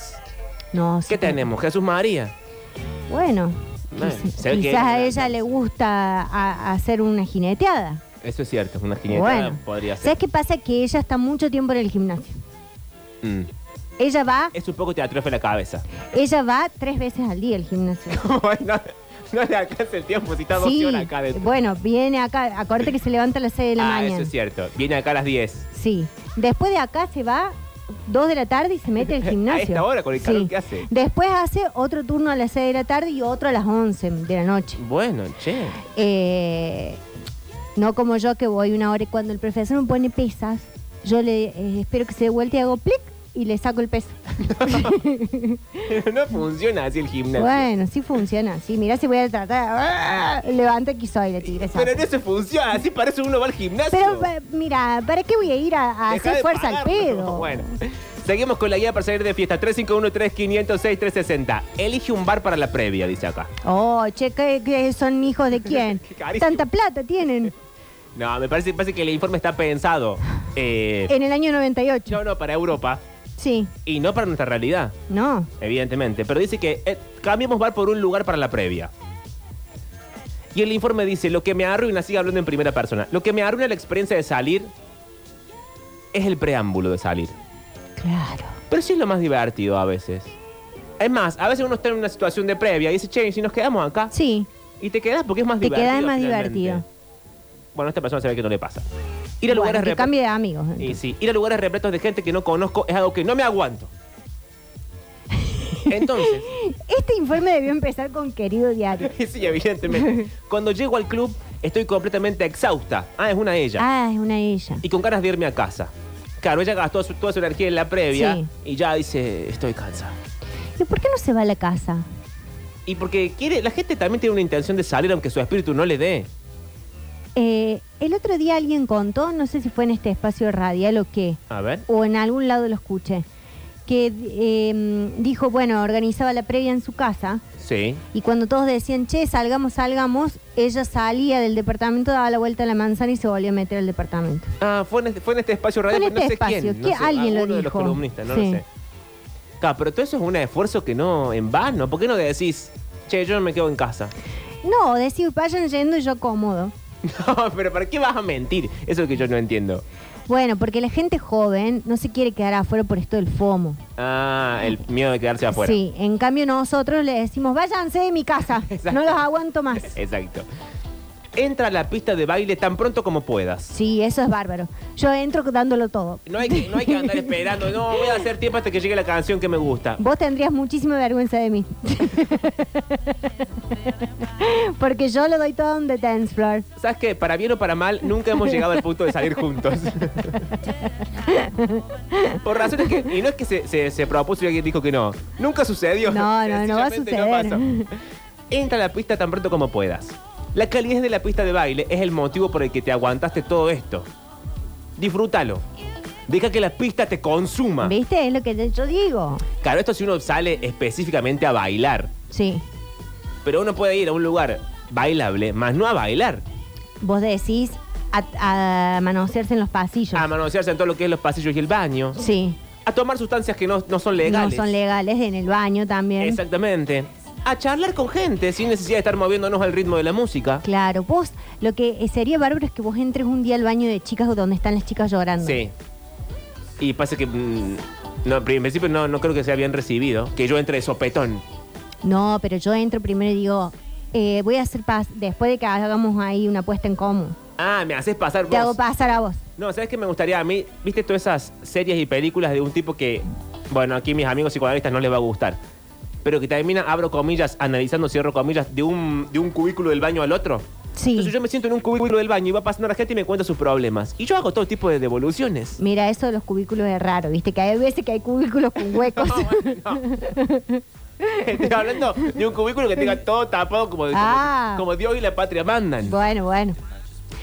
[SPEAKER 2] No, sí.
[SPEAKER 1] ¿Qué tenemos? Jesús María.
[SPEAKER 2] Bueno,
[SPEAKER 1] Bueno,
[SPEAKER 2] quizá-
[SPEAKER 1] se ve que
[SPEAKER 2] quizás a
[SPEAKER 1] es una-
[SPEAKER 2] ella le gusta a- hacer una jineteada.
[SPEAKER 1] Eso es cierto, una jinetada
[SPEAKER 2] Bueno,
[SPEAKER 1] podría ser.
[SPEAKER 2] ¿sabes qué pasa? Que ella está mucho tiempo en el gimnasio.
[SPEAKER 1] Mm.
[SPEAKER 2] Ella va,
[SPEAKER 1] Es un poco teatrofe la cabeza. <laughs>
[SPEAKER 2] ella va tres veces al día al gimnasio.
[SPEAKER 1] no, no le alcanza el tiempo si está dos
[SPEAKER 2] Sí,
[SPEAKER 1] horas acá dentro.
[SPEAKER 2] bueno, viene acá, acuérdate que se levanta a las 6 de la
[SPEAKER 1] ah,
[SPEAKER 2] mañana.
[SPEAKER 1] eso es cierto. Viene acá a las 10.
[SPEAKER 2] Sí. Después de acá se va 2 de la tarde y se mete al gimnasio.
[SPEAKER 1] <laughs> A esta hora, con el calor que hace.
[SPEAKER 2] Después hace otro turno a las 6 de la tarde y otro a las 11 de la noche.
[SPEAKER 1] Bueno, che. <laughs>
[SPEAKER 2] Eh, no como yo que voy una hora y cuando el profesor me pone pesas, yo le eh, espero que se dé vuelta y hago plic y le saco el peso.
[SPEAKER 1] no funciona así el gimnasio.
[SPEAKER 2] Bueno, sí funciona. Sí, mirá si voy a tratar. ¡Ah! Levanta que soy la tigresa.
[SPEAKER 1] Pero no se funciona, así parece uno va al gimnasio.
[SPEAKER 2] Pero, eh, mira, ¿para qué voy a ir a, a
[SPEAKER 1] Dejá
[SPEAKER 2] hacer
[SPEAKER 1] de
[SPEAKER 2] fuerza al
[SPEAKER 1] pagarlo.
[SPEAKER 2] pedo?
[SPEAKER 1] Bueno. Seguimos con la guía para salir de fiesta. 351-3506-360. Elige un bar para la previa, dice acá.
[SPEAKER 2] Oh, che, ¿qué, qué son
[SPEAKER 1] <laughs>
[SPEAKER 2] hijos de quién?
[SPEAKER 1] Qué carísimo.
[SPEAKER 2] Tanta plata tienen
[SPEAKER 1] No, me parece, parece que el informe está pensado. Eh,
[SPEAKER 2] en el año 98.
[SPEAKER 1] no, no, para Europa
[SPEAKER 2] Sí,
[SPEAKER 1] y no para nuestra realidad.
[SPEAKER 2] no.
[SPEAKER 1] evidentemente, pero dice que eh, cambiemos bar por un lugar para la previa. Y el informe dice, lo que me arruina, sigue hablando en primera persona, lo que me arruina la experiencia de salir es el preámbulo de salir.
[SPEAKER 2] Claro.
[SPEAKER 1] Pero sí es lo más divertido a veces. Es más, a veces uno está en una situación de previa y dice, che, ¿y si nos quedamos acá
[SPEAKER 2] Sí,
[SPEAKER 1] y te quedas porque es más
[SPEAKER 2] Te
[SPEAKER 1] divertido.
[SPEAKER 2] quedás más
[SPEAKER 1] finalmente.
[SPEAKER 2] divertido.
[SPEAKER 1] Bueno, a esta persona se ve que no le pasa. Ir a
[SPEAKER 2] bueno,
[SPEAKER 1] lugares
[SPEAKER 2] que
[SPEAKER 1] repletos-
[SPEAKER 2] cambie de amigos.
[SPEAKER 1] y sí, ir a lugares repletos de gente que no conozco es algo que no me
[SPEAKER 2] <laughs>
[SPEAKER 1] aguanto. Entonces, <laughs>
[SPEAKER 2] Este informe debió empezar con querido diario.
[SPEAKER 1] Sí, evidentemente. Cuando llego al club, estoy completamente exhausta. Ah, es una ella.
[SPEAKER 2] Ah, es una ella.
[SPEAKER 1] Y con ganas de irme a casa. Claro, ella gastó su- toda su energía en la previa
[SPEAKER 2] Sí.
[SPEAKER 1] y ya dice, estoy cansada.
[SPEAKER 2] ¿Y por qué no se va a la casa?
[SPEAKER 1] Y porque quiere, la gente también tiene una intención de salir aunque su espíritu no le dé.
[SPEAKER 2] Eh, el otro día alguien contó, no sé si fue en este espacio radial o qué,
[SPEAKER 1] A ver.
[SPEAKER 2] o en algún lado lo escuché, que eh, dijo, bueno, organizaba la previa en su casa.
[SPEAKER 1] Sí.
[SPEAKER 2] Y cuando todos decían, che, salgamos, salgamos, ella salía del departamento, daba la vuelta a la manzana y se volvió a meter al departamento.
[SPEAKER 1] Ah, fue en este, fue en este espacio radio,
[SPEAKER 2] Fue en
[SPEAKER 1] pero no sé
[SPEAKER 2] este espacio.
[SPEAKER 1] quién. no
[SPEAKER 2] ¿Qué?
[SPEAKER 1] sé,
[SPEAKER 2] Alguien lo
[SPEAKER 1] alguno de los
[SPEAKER 2] dijo.
[SPEAKER 1] columnistas, no
[SPEAKER 2] Sí.
[SPEAKER 1] lo sé. Claro, pero todo eso es un esfuerzo que no, en vano. ¿Por qué no decís, che, yo me quedo en casa? <laughs>
[SPEAKER 2] No, decir, vayan yendo y yo acomodo.
[SPEAKER 1] No, pero ¿para qué vas a mentir? Eso es lo que yo no entiendo.
[SPEAKER 2] Bueno, porque la gente joven no se quiere quedar afuera por esto del FOMO.
[SPEAKER 1] Ah, el miedo de quedarse afuera.
[SPEAKER 2] Sí, en cambio nosotros le decimos, váyanse de mi casa,
[SPEAKER 1] <laughs> Exacto.
[SPEAKER 2] no los aguanto más.
[SPEAKER 1] Exacto. Entra a la pista de baile tan pronto como puedas.
[SPEAKER 2] Sí, eso es bárbaro. Yo entro dándolo todo.
[SPEAKER 1] No hay que, no hay que andar esperando, no, voy a hacer tiempo hasta que llegue la canción que me gusta.
[SPEAKER 2] Vos tendrías muchísima vergüenza de mí. <laughs> porque yo lo doy todo en The Dance Floor.
[SPEAKER 1] ¿Sabes qué? Para bien o para mal, nunca hemos llegado al punto de salir juntos. Por razones que. Y no es que se, se- se propuso y alguien dijo que no. Nunca sucedió.
[SPEAKER 2] No, no, no va a
[SPEAKER 1] Sencillamente no
[SPEAKER 2] suceder.
[SPEAKER 1] pasó. Entra a la pista tan pronto como puedas. La calidez de la pista de baile es el motivo por el que te aguantaste todo esto. Disfrútalo. Deja que la pista te consuma.
[SPEAKER 2] ¿Viste? Es lo que yo digo.
[SPEAKER 1] Claro, esto si uno sale específicamente a bailar.
[SPEAKER 2] Sí.
[SPEAKER 1] Pero uno puede ir a un lugar bailable, más no a bailar.
[SPEAKER 2] Vos decís a, a manosearse en los pasillos.
[SPEAKER 1] A manosearse en todo lo que es los pasillos y el baño.
[SPEAKER 2] sí.
[SPEAKER 1] A tomar sustancias que no, no son legales.
[SPEAKER 2] No son legales en el baño también.
[SPEAKER 1] Exactamente. A charlar con gente sin necesidad de estar moviéndonos al ritmo de la música.
[SPEAKER 2] Claro, vos lo que sería bárbaro es que vos entres un día al baño de chicas donde están las chicas llorando.
[SPEAKER 1] Sí. Y pasa que. mm, no, en principio no, no creo que sea bien recibido. Que yo entre de sopetón.
[SPEAKER 2] No, pero yo entro primero y digo, eh, voy a hacer paz después de que hagamos ahí una puesta en común.
[SPEAKER 1] Ah, me haces pasar
[SPEAKER 2] Te
[SPEAKER 1] vos.
[SPEAKER 2] hago pasar a vos.
[SPEAKER 1] No, ¿sabes qué me gustaría a mí? ¿Viste todas esas series y películas de un tipo que, bueno, aquí mis amigos psicoanalistas no les va a gustar, pero que termina, abro comillas, analizando, cierro comillas, de un, de un cubículo del baño al otro?
[SPEAKER 2] Sí.
[SPEAKER 1] Entonces yo me siento en un cubículo del baño y va pasando la gente y me cuenta sus problemas. Y yo hago todo tipo de devoluciones.
[SPEAKER 2] Mira, eso de los cubículos es raro, viste, que hay veces que hay cubículos con
[SPEAKER 1] <laughs>
[SPEAKER 2] huecos. <laughs>
[SPEAKER 1] No, bueno, no. Estoy hablando de un cubículo que tenga todo tapado como, como-
[SPEAKER 2] Ah.
[SPEAKER 1] como, Dios y la patria mandan.
[SPEAKER 2] bueno, bueno.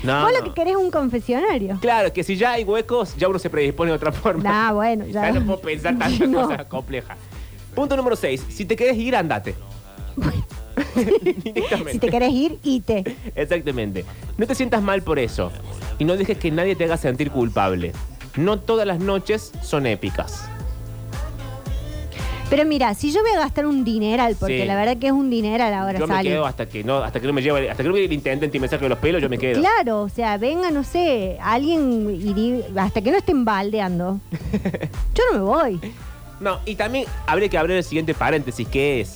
[SPEAKER 1] No,
[SPEAKER 2] Vos
[SPEAKER 1] Ah, no.
[SPEAKER 2] lo que querés es un confesionario.
[SPEAKER 1] Claro, que si ya hay huecos, ya uno se predispone de otra forma.
[SPEAKER 2] Nah, bueno, ya.
[SPEAKER 1] no puedo
[SPEAKER 2] <laughs>
[SPEAKER 1] pensar tantas
[SPEAKER 2] No.
[SPEAKER 1] cosas complejas. Punto número 6. Si te querés ir, andate. <laughs> Directamente.
[SPEAKER 2] <laughs> Si te querés ir, ite.
[SPEAKER 1] Exactamente. No te sientas mal por eso. Y no dejes que nadie te haga sentir culpable. No todas las noches son épicas.
[SPEAKER 2] Pero mira, si yo voy a gastar un dineral, porque
[SPEAKER 1] Sí.
[SPEAKER 2] la verdad que es un dineral ahora
[SPEAKER 1] yo me
[SPEAKER 2] salir.
[SPEAKER 1] quedo hasta que no, hasta que no me lleve, hasta que no me intenten y me saque los pelos, yo me quedo.
[SPEAKER 2] Claro, o sea, venga, no sé, alguien y di- hasta que no estén baldeando.
[SPEAKER 1] <laughs>
[SPEAKER 2] Yo no me voy.
[SPEAKER 1] No, y también habría que abrir el siguiente paréntesis, que es.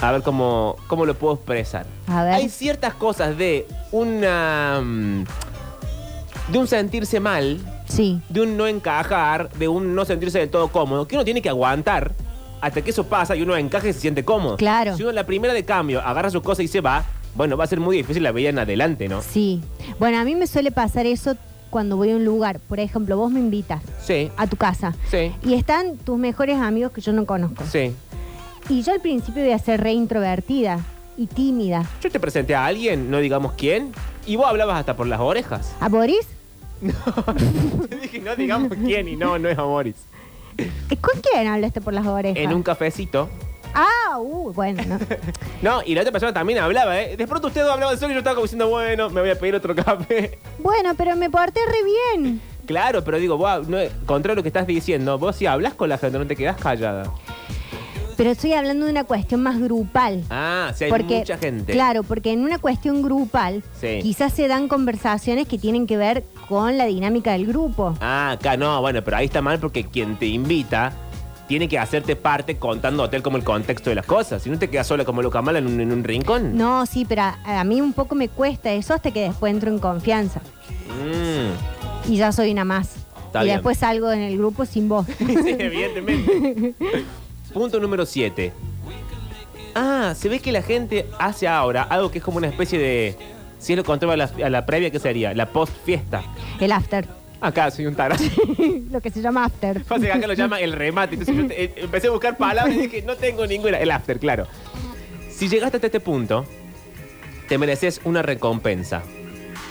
[SPEAKER 1] A ver cómo, cómo lo puedo expresar.
[SPEAKER 2] A ver.
[SPEAKER 1] Hay ciertas cosas de una. mm, de un sentirse mal,
[SPEAKER 2] Sí,
[SPEAKER 1] de un no encajar, de un no sentirse del todo cómodo, que uno tiene que aguantar hasta que eso pasa y uno encaja y se siente cómodo.
[SPEAKER 2] Claro.
[SPEAKER 1] Si uno en la primera de cambio agarra su cosa y se va, bueno, va a ser muy difícil la vida en adelante, ¿no?
[SPEAKER 2] sí. Bueno, a mí me suele pasar eso cuando voy a un lugar. Por ejemplo, vos me invitas
[SPEAKER 1] Sí,
[SPEAKER 2] a tu casa
[SPEAKER 1] sí,
[SPEAKER 2] y están tus mejores amigos que yo no conozco.
[SPEAKER 1] sí.
[SPEAKER 2] Y yo al principio voy a ser re introvertida y tímida.
[SPEAKER 1] Yo te presenté a alguien, no digamos quién, y vos hablabas hasta por las orejas. <laughs>
[SPEAKER 2] ¿A Boris?
[SPEAKER 1] Te dije, no digamos quién y no, no es a Boris.
[SPEAKER 2] ¿Eh, ¿Con quién hablaste por las orejas?
[SPEAKER 1] En un cafecito.
[SPEAKER 2] Ah, uh, bueno. no.
[SPEAKER 1] <laughs> No, y la otra persona también hablaba, ¿eh? De pronto usted hablaba solo y yo estaba como diciendo, bueno, me voy a pedir otro <laughs> café.
[SPEAKER 2] bueno, pero me porté re bien.
[SPEAKER 1] Claro, pero digo, vos, no, contra lo que estás diciendo, vos si hablas con la gente, no te quedás callada.
[SPEAKER 2] Pero estoy hablando de una cuestión más grupal.
[SPEAKER 1] Ah, sí, hay mucha gente.
[SPEAKER 2] Claro, porque en una cuestión grupal
[SPEAKER 1] Sí.
[SPEAKER 2] quizás se dan conversaciones que tienen que ver con la dinámica del grupo.
[SPEAKER 1] Ah, acá no, bueno, pero ahí está mal porque quien te invita tiene que hacerte parte contándote el- como el contexto de las cosas. Si no te quedas sola como loca mala en un, en un rincón.
[SPEAKER 2] No, sí, pero a, a mí un poco me cuesta eso hasta que después entro en confianza.
[SPEAKER 1] Mm.
[SPEAKER 2] Y ya soy una más.
[SPEAKER 1] Está
[SPEAKER 2] y
[SPEAKER 1] bien.
[SPEAKER 2] después salgo en el grupo
[SPEAKER 1] <laughs>
[SPEAKER 2] sin voz.
[SPEAKER 1] sí, evidentemente. Punto número 7. Ah, se ve que la gente hace ahora algo que es como una especie de. Si es lo contrario a la, a la previa, ¿qué sería? La post-fiesta.
[SPEAKER 2] El after. <laughs>
[SPEAKER 1] Acá soy un tarazo.
[SPEAKER 2] Lo que se
[SPEAKER 1] <laughs>
[SPEAKER 2] llama after.
[SPEAKER 1] Pasa que acá lo llama el remate. Entonces yo te- eh, empecé a buscar palabras y dije, no tengo ninguna. El after, claro. Si llegaste hasta este punto, te mereces una recompensa.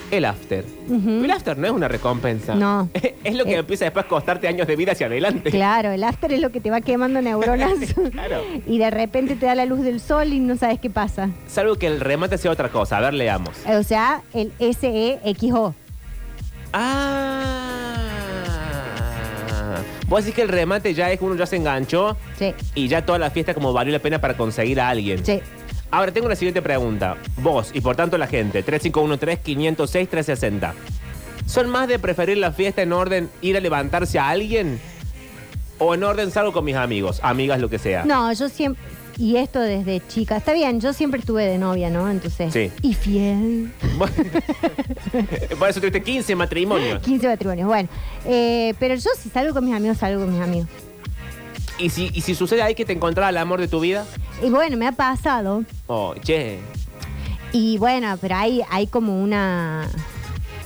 [SPEAKER 1] El after.
[SPEAKER 2] Ujú.
[SPEAKER 1] El after no es una recompensa.
[SPEAKER 2] No.
[SPEAKER 1] <laughs> Es lo que
[SPEAKER 2] Eh.
[SPEAKER 1] empieza después a costarte años de vida hacia adelante.
[SPEAKER 2] Claro, el after es lo que te va quemando neuronas.
[SPEAKER 1] <laughs> Claro.
[SPEAKER 2] Y de repente te da la luz del sol y no sabes qué pasa.
[SPEAKER 1] Salvo que el remate sea otra cosa. A ver, leamos.
[SPEAKER 2] O sea, el E S-E-X-O.
[SPEAKER 1] Ah. Vos decís que el remate ya es que uno ya se enganchó
[SPEAKER 2] Sí,
[SPEAKER 1] y ya toda la fiesta como valió la pena para conseguir a alguien.
[SPEAKER 2] sí.
[SPEAKER 1] Ahora tengo la siguiente pregunta. Vos y por tanto la gente, 3513-506-360. ¿Son más de preferir la fiesta en orden ir a levantarse a alguien? ¿O en orden salgo con mis amigos, amigas, lo que sea?
[SPEAKER 2] No, yo siempre. Y esto desde chica. Está bien, yo siempre estuve de novia, ¿no? Entonces.
[SPEAKER 1] Sí.
[SPEAKER 2] Y fiel.
[SPEAKER 1] <laughs> Bueno, <laughs> por eso tuviste 15
[SPEAKER 2] <laughs>
[SPEAKER 1] matrimonios.
[SPEAKER 2] 15 matrimonios. Bueno. eh, pero yo si salgo con mis amigos, salgo con mis amigos.
[SPEAKER 1] ¿Y si, y si sucede ahí que te encontrás al amor de tu vida?
[SPEAKER 2] Y bueno, me ha pasado.
[SPEAKER 1] Oh, che.
[SPEAKER 2] Y bueno, pero hay, hay como una.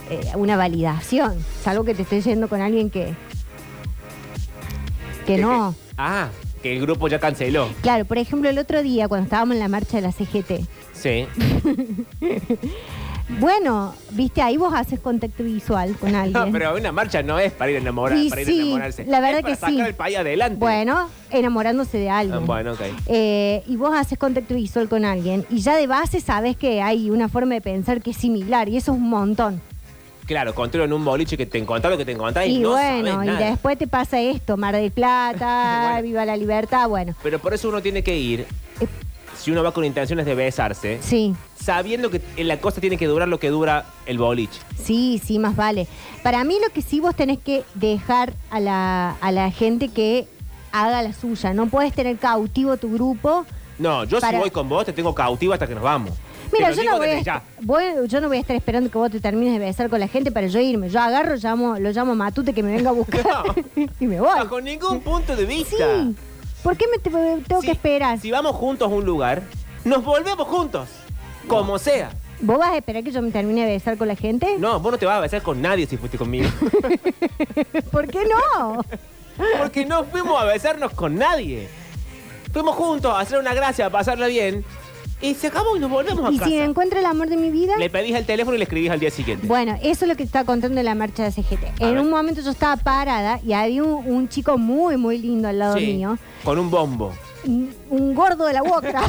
[SPEAKER 2] eh, una validación. Salvo que te estés yendo con alguien que. Que no.
[SPEAKER 1] Ah, que el grupo ya canceló.
[SPEAKER 2] Claro, por ejemplo, el otro día cuando estábamos en la marcha de la CGT.
[SPEAKER 1] Sí.
[SPEAKER 2] Bueno, viste, ahí vos haces contacto visual
[SPEAKER 1] <laughs>
[SPEAKER 2] con alguien.
[SPEAKER 1] <laughs> No, pero una marcha no es para ir a enamorar,
[SPEAKER 2] Y
[SPEAKER 1] para ir a
[SPEAKER 2] sí,
[SPEAKER 1] enamorarse.
[SPEAKER 2] la verdad
[SPEAKER 1] Es para
[SPEAKER 2] que sí.
[SPEAKER 1] sacar el país adelante.
[SPEAKER 2] Bueno, enamorándose de
[SPEAKER 1] Ah,
[SPEAKER 2] alguien.
[SPEAKER 1] bueno, ok.
[SPEAKER 2] Eh, y vos haces contacto visual con alguien y ya de base sabes que hay una forma de pensar que es similar y eso es un montón.
[SPEAKER 1] Claro, controlo en un boliche que te encontrás lo que te encontrás y,
[SPEAKER 2] y
[SPEAKER 1] no sabés
[SPEAKER 2] bueno, y
[SPEAKER 1] nada.
[SPEAKER 2] después te pasa esto, Mar del Plata,
[SPEAKER 1] <laughs> Bueno.
[SPEAKER 2] viva la libertad, bueno,
[SPEAKER 1] Pero por eso uno tiene que ir,
[SPEAKER 2] Eh.
[SPEAKER 1] si uno va con intenciones de besarse,
[SPEAKER 2] sí.
[SPEAKER 1] sabiendo que la cosa tiene que durar lo que dura el boliche.
[SPEAKER 2] Sí, sí, más vale. Para mí lo que sí vos tenés que dejar a la, a la gente que haga la suya. No puedes tener cautivo tu grupo.
[SPEAKER 1] No, yo si
[SPEAKER 2] Para-
[SPEAKER 1] voy con vos te tengo cautivo hasta que nos vamos.
[SPEAKER 2] Mira,
[SPEAKER 1] Te lo
[SPEAKER 2] yo
[SPEAKER 1] digo
[SPEAKER 2] no, voy a
[SPEAKER 1] desde ya.
[SPEAKER 2] est- voy- yo no voy a estar esperando que vos te termines de besar con la gente para yo irme. Yo agarro, llamo, lo llamo a Matute que me venga a buscar
[SPEAKER 1] <laughs> No.
[SPEAKER 2] <laughs> y me voy.
[SPEAKER 1] Bajo ningún punto de
[SPEAKER 2] Sí.
[SPEAKER 1] vista.
[SPEAKER 2] ¿Por qué me te- tengo
[SPEAKER 1] Si-
[SPEAKER 2] que esperar?
[SPEAKER 1] Si vamos juntos a un lugar, nos volvemos juntos. Como sea.
[SPEAKER 2] ¿Vos vas a esperar que yo me termine de besar con la gente?
[SPEAKER 1] No, vos no te vas a besar con nadie si fuiste conmigo.
[SPEAKER 2] <laughs> ¿Por qué
[SPEAKER 1] <laughs>
[SPEAKER 2] no?
[SPEAKER 1] Porque no fuimos a besarnos con nadie. Fuimos juntos a hacer una gracia, a pasarla bien. Y se acabó y nos volvemos a
[SPEAKER 2] ¿Y
[SPEAKER 1] casa.
[SPEAKER 2] si encuentro el amor de mi vida?
[SPEAKER 1] Le pedís el teléfono y le escribís al día siguiente.
[SPEAKER 2] Bueno, eso es lo que estaba contando en la marcha de CGT.
[SPEAKER 1] A
[SPEAKER 2] en
[SPEAKER 1] ver.
[SPEAKER 2] un momento yo estaba parada y había un, un chico muy, muy lindo al lado
[SPEAKER 1] Sí,
[SPEAKER 2] mío.
[SPEAKER 1] Con un bombo.
[SPEAKER 2] Un, un gordo de la
[SPEAKER 1] <laughs>
[SPEAKER 2] boca.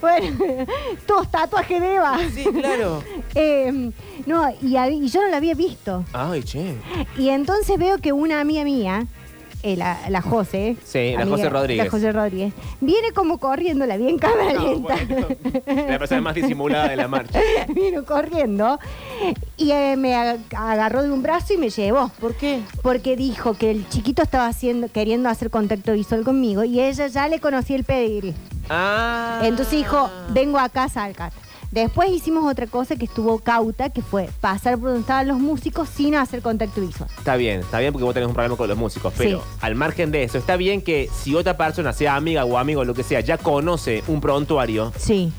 [SPEAKER 2] bueno, todos tatuajes de Eva.
[SPEAKER 1] Sí,
[SPEAKER 2] <laughs>
[SPEAKER 1] claro.
[SPEAKER 2] Eh, no, y, hab- y yo no lo había visto.
[SPEAKER 1] Ay, che.
[SPEAKER 2] Y entonces veo que una amiga mía, eh, la, la José.
[SPEAKER 1] Sí, la José Rodríguez.
[SPEAKER 2] La José Rodríguez. Viene como corriendo, la vi en cámara
[SPEAKER 1] No,
[SPEAKER 2] lenta.
[SPEAKER 1] bueno. La persona más disimulada de la
[SPEAKER 2] <laughs>
[SPEAKER 1] marcha.
[SPEAKER 2] vino corriendo y eh, me ag- agarró de un brazo y me llevó.
[SPEAKER 1] ¿Por qué?
[SPEAKER 2] Porque dijo que el chiquito estaba haciendo, queriendo hacer contacto visual conmigo y ella ya le conocía el pedigrí.
[SPEAKER 1] Ah.
[SPEAKER 2] Entonces dijo, vengo acá a salcar. Después hicimos otra cosa que estuvo cauta, que fue pasar por donde estaban los músicos sin hacer contacto visual.
[SPEAKER 1] Está bien, está bien porque vos tenés un problema con los músicos, pero
[SPEAKER 2] Sí.
[SPEAKER 1] al margen de eso, está bien que si otra persona, sea amiga o amigo, lo que sea, ya conoce un prontuario,
[SPEAKER 2] Sí,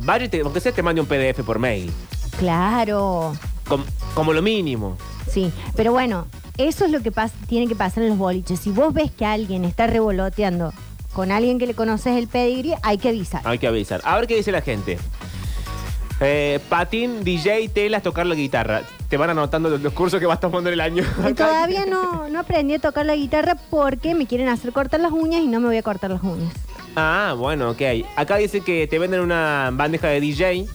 [SPEAKER 1] vaya y te, aunque sea te mande un PDF por mail,
[SPEAKER 2] claro.
[SPEAKER 1] com- como lo mínimo.
[SPEAKER 2] Sí, pero bueno, eso es lo que pas- tiene que pasar en los boliches. Si vos ves que alguien está revoloteando con alguien que le conoces el pedigrí, hay que avisar.
[SPEAKER 1] Hay que avisar. A ver qué dice la gente. Eh, patín, DJ, telas, tocar la guitarra. Te van anotando los, los cursos que vas tomando en el año. <laughs>
[SPEAKER 2] Y <laughs> Todavía no, no aprendí a tocar la guitarra porque me quieren hacer cortar las uñas y no me voy a cortar las uñas.
[SPEAKER 1] Ah, bueno, ok. Acá dice que te venden una bandeja de DJ.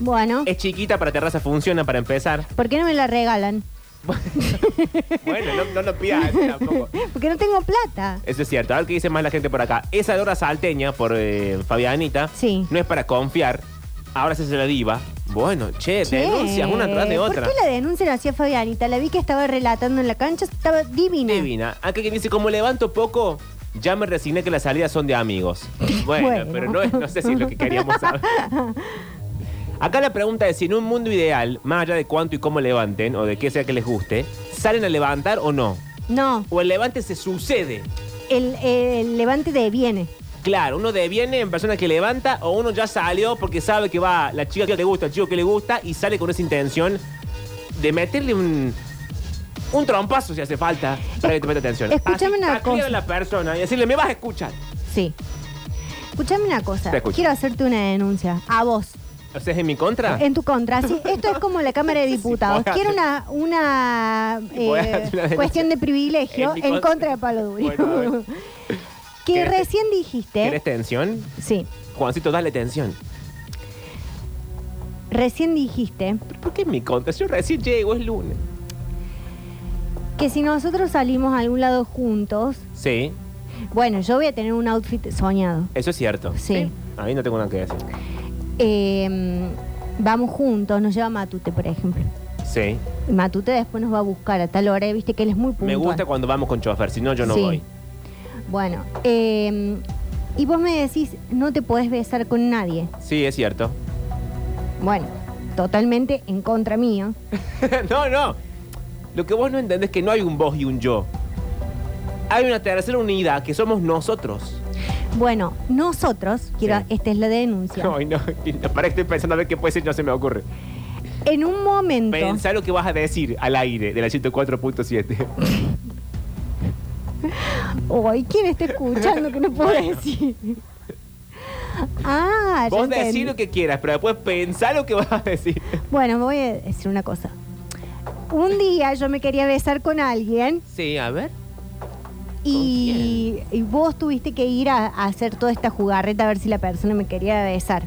[SPEAKER 2] Bueno,
[SPEAKER 1] Es chiquita para terraza, funciona para empezar.
[SPEAKER 2] ¿por qué no me la regalan? <laughs>
[SPEAKER 1] Bueno, no, no lo pidas eso tampoco.
[SPEAKER 2] Porque no tengo plata.
[SPEAKER 1] Eso es cierto. A ver qué dice más la gente por acá. Esa Dora Salteña, por eh, Fabianita,
[SPEAKER 2] Sí.
[SPEAKER 1] no es para confiar. Ahora se hace la diva. Bueno, che,
[SPEAKER 2] Che,
[SPEAKER 1] Eh, denuncias una atrás de otra.
[SPEAKER 2] ¿Por qué la denuncia la hacía Fabianita? La vi que estaba relatando en la cancha, estaba divina.
[SPEAKER 1] Divina. Acá que dice, como levanto poco, ya me resigné que las salidas son de
[SPEAKER 2] <laughs>
[SPEAKER 1] amigos. Bueno,
[SPEAKER 2] Bueno.
[SPEAKER 1] pero no, es- no sé si es lo que queríamos
[SPEAKER 2] <laughs>
[SPEAKER 1] saber. Acá la pregunta es si en un mundo ideal, más allá de cuánto y cómo levanten, o de qué sea que les guste, ¿salen a levantar o no?
[SPEAKER 2] No,
[SPEAKER 1] O el levante se sucede.
[SPEAKER 2] el, el levante de viene.
[SPEAKER 1] Claro, uno deviene en persona que levanta o uno ya salió porque sabe que va la chica que le gusta, el chico que le gusta y sale con esa intención de meterle un, un trompazo si hace falta para que te meta atención.
[SPEAKER 2] escúchame
[SPEAKER 1] Así,
[SPEAKER 2] una
[SPEAKER 1] taclear
[SPEAKER 2] cosa.
[SPEAKER 1] a la persona y decirle, me vas a escuchar.
[SPEAKER 2] Sí. Escuchame una cosa.
[SPEAKER 1] Te escucho.
[SPEAKER 2] Quiero hacerte una denuncia. A vos.
[SPEAKER 1] O sea, es en mi contra.
[SPEAKER 2] En tu contra. Sí, esto es como
[SPEAKER 1] <laughs>
[SPEAKER 2] la Cámara de Diputados.
[SPEAKER 1] podés
[SPEAKER 2] Quiero
[SPEAKER 1] hacer- <laughs>
[SPEAKER 2] una, una,
[SPEAKER 1] Sí, podés
[SPEAKER 2] eh,
[SPEAKER 1] hacer una denuncia.
[SPEAKER 2] cuestión de
[SPEAKER 1] En
[SPEAKER 2] privilegio
[SPEAKER 1] mi
[SPEAKER 2] en
[SPEAKER 1] contra.
[SPEAKER 2] contra de Pablo Durio.
[SPEAKER 1] Bueno, a ver.
[SPEAKER 2] <laughs> que
[SPEAKER 1] ¿Querés-
[SPEAKER 2] recién dijiste.
[SPEAKER 1] ¿Querés tensión?
[SPEAKER 2] Sí.
[SPEAKER 1] Juancito, dale tensión.
[SPEAKER 2] Recién dijiste
[SPEAKER 1] ¿Pero ¿Por qué en mi contra? Yo recién llego, es lunes.
[SPEAKER 2] que si nosotros salimos a algún lado juntos,
[SPEAKER 1] Sí,
[SPEAKER 2] bueno, yo voy a tener un outfit soñado.
[SPEAKER 1] eso es cierto.
[SPEAKER 2] Sí.
[SPEAKER 1] A mí no tengo nada que decir.
[SPEAKER 2] Eh, vamos juntos, nos lleva Matute, por ejemplo.
[SPEAKER 1] Sí.
[SPEAKER 2] Y Matute después nos va a buscar a tal hora, viste que él es muy puntual.
[SPEAKER 1] Me gusta cuando vamos con chofer, si no, yo no
[SPEAKER 2] Sí.
[SPEAKER 1] voy.
[SPEAKER 2] Bueno, eh, y vos me decís, no te podés besar con nadie.
[SPEAKER 1] Sí, es cierto.
[SPEAKER 2] Bueno, totalmente en contra mío.
[SPEAKER 1] <laughs> no, no. Lo que vos no entendés es que no hay un vos y un yo. Hay una tercera unidad que somos nosotros.
[SPEAKER 2] Bueno, nosotros, quiero,
[SPEAKER 1] Sí.
[SPEAKER 2] esta es la denuncia.
[SPEAKER 1] Ay, no, para que estoy pensando a ver qué puede ser, no se me ocurre.
[SPEAKER 2] En un momento.
[SPEAKER 1] Pensá lo que vas a decir al aire de la 104.7.
[SPEAKER 2] Uy, ¿quién está escuchando que no
[SPEAKER 1] <laughs>
[SPEAKER 2] puedo decir? Ah, ya
[SPEAKER 1] Vos
[SPEAKER 2] entendí.
[SPEAKER 1] decís lo que quieras, pero después pensá lo que vas a decir.
[SPEAKER 2] Bueno, me voy a decir una cosa. Un día yo me quería besar con alguien
[SPEAKER 1] Sí, a ver.
[SPEAKER 2] y, y vos tuviste que ir a, a hacer toda esta jugarreta a ver si la persona me quería besar.